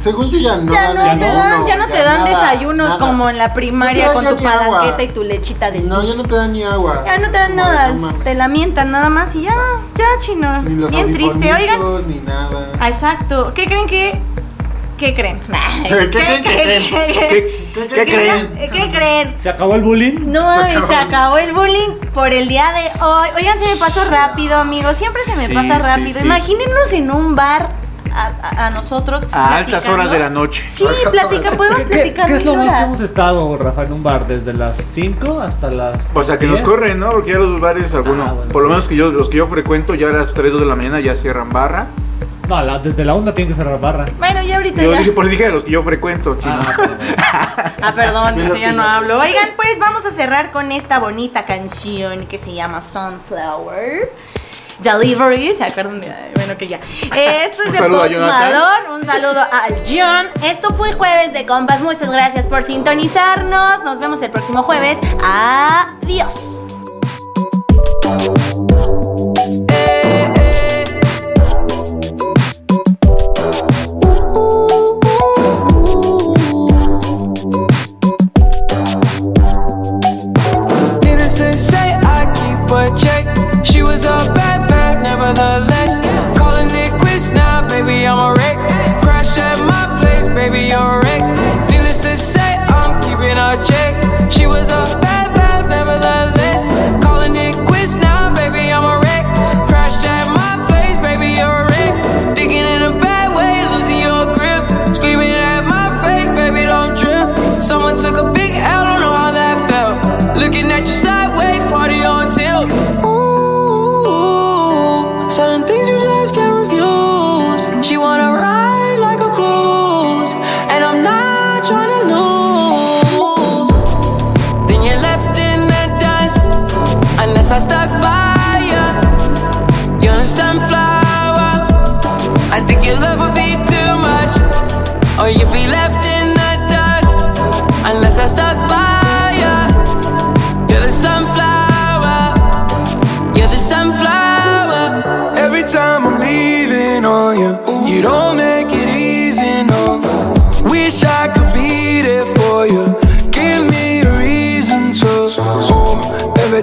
Speaker 4: Según yo ya no.
Speaker 2: Ya no,
Speaker 1: ya
Speaker 2: te
Speaker 1: no,
Speaker 2: dan, ya no te dan
Speaker 4: nada,
Speaker 2: desayunos
Speaker 4: nada.
Speaker 2: como en la
Speaker 4: No
Speaker 2: primaria
Speaker 4: te
Speaker 2: con
Speaker 4: dan
Speaker 2: tu
Speaker 4: ni agua.
Speaker 2: palanqueta y tu lechita de
Speaker 4: No,
Speaker 2: luz.
Speaker 4: ya no te dan ni agua.
Speaker 2: Ya no te dan
Speaker 4: Como,
Speaker 2: nada,
Speaker 4: no mames.
Speaker 2: te lamentan nada más y ya, ya chino.
Speaker 4: Ni los
Speaker 2: Bien triste, oigan.
Speaker 4: audifonitos, Ni nada.
Speaker 2: Ah, Exacto. ¿Qué creen que.? ¿Qué creen?
Speaker 4: ¿Qué creen que creen?
Speaker 3: ¿Qué, qué,
Speaker 2: ¿Qué
Speaker 3: creen?
Speaker 2: creen? ¿Qué creen?
Speaker 1: ¿Se acabó el bullying?
Speaker 2: No mames, se acabó el bullying por el día de hoy. Oigan, se me pasó rápido, amigos. Siempre se me
Speaker 3: Sí,
Speaker 2: pasa
Speaker 3: sí,
Speaker 2: rápido.
Speaker 3: sí.
Speaker 2: Imagínenos en un bar a, a- a nosotros.
Speaker 3: A altas horas
Speaker 2: platicando.
Speaker 3: de la noche.
Speaker 2: Sí,
Speaker 4: Altas
Speaker 2: platica,
Speaker 4: horas.
Speaker 2: podemos
Speaker 1: ¿Qué- ¿Qué,
Speaker 2: platicar
Speaker 1: qué es lo
Speaker 2: mil
Speaker 1: más que
Speaker 2: horas.
Speaker 1: hemos estado, Rafa, en un bar? Desde las 5 hasta las.
Speaker 3: O sea, que nos
Speaker 1: 10?
Speaker 3: corren, ¿no? Porque ya los bares, algunos,
Speaker 1: Ah, bueno,
Speaker 3: por lo
Speaker 1: sí.
Speaker 3: menos que yo, los que yo frecuento, ya a las 3 de la mañana ya cierran barra.
Speaker 1: No, la- desde la onda tiene que cerrar barra.
Speaker 2: Bueno, ya ahorita
Speaker 3: Yo
Speaker 2: ya.
Speaker 3: dije, por eso dije a los que yo frecuento, chino.
Speaker 1: Ah, pero bueno.
Speaker 2: Ah, perdón,
Speaker 4: Menos
Speaker 2: eso ya
Speaker 4: que
Speaker 2: no
Speaker 4: yo.
Speaker 2: hablo. Oigan, pues vamos a cerrar con esta bonita canción que se llama Sunflower. Delivery, ¿se acuerdan de? Bueno, que ya. Eh, Esto es
Speaker 3: Un
Speaker 2: de
Speaker 3: saludo a
Speaker 2: Post
Speaker 3: Jonathan.
Speaker 2: Malone. Un saludo al John. Esto fue Jueves de Compas. Muchas gracias por sintonizarnos. Nos vemos el próximo jueves. Adiós.
Speaker 8: Needless to say, I keep a check. She was a bad bad, nevertheless. Calling it quits now, baby, I'm a wreck. Crash at my place, baby, you're a wreck. Needless to say, I'm keeping a check. She was a bad bad, nevertheless. Calling it quits now, baby, I'm a wreck. Crash at my place, baby, you're a wreck. Thinking in a bad way, losing your grip. Screaming at my face, baby, don't drip. Someone took a big L, don't know how that felt. Looking at you sideways, party on tilt. Ooh, certain things you just can't refuse. She wanna ride like a cruise, and I'm not trying to lose. Then you're left in the dust, unless I stuck by ya. You're a sunflower. I think your love would be too much, or you'd be left in the dust, unless I stuck by ya. You're the sunflower. You're the sunflower.
Speaker 9: Every time I'm leaving on you, you don't make it easy, no. Wish I could be there for you. Give me a reason to. Every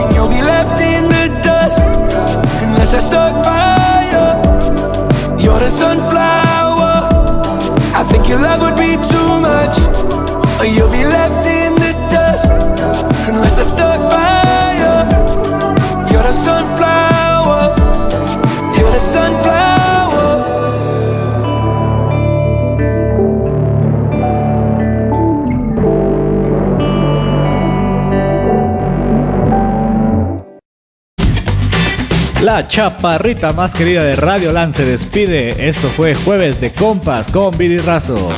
Speaker 9: And you'll be left in the dust unless I stuck by you.
Speaker 1: La chaparrita más querida de Radio Land se despide. Esto fue Jueves de Compas con Billy Razo.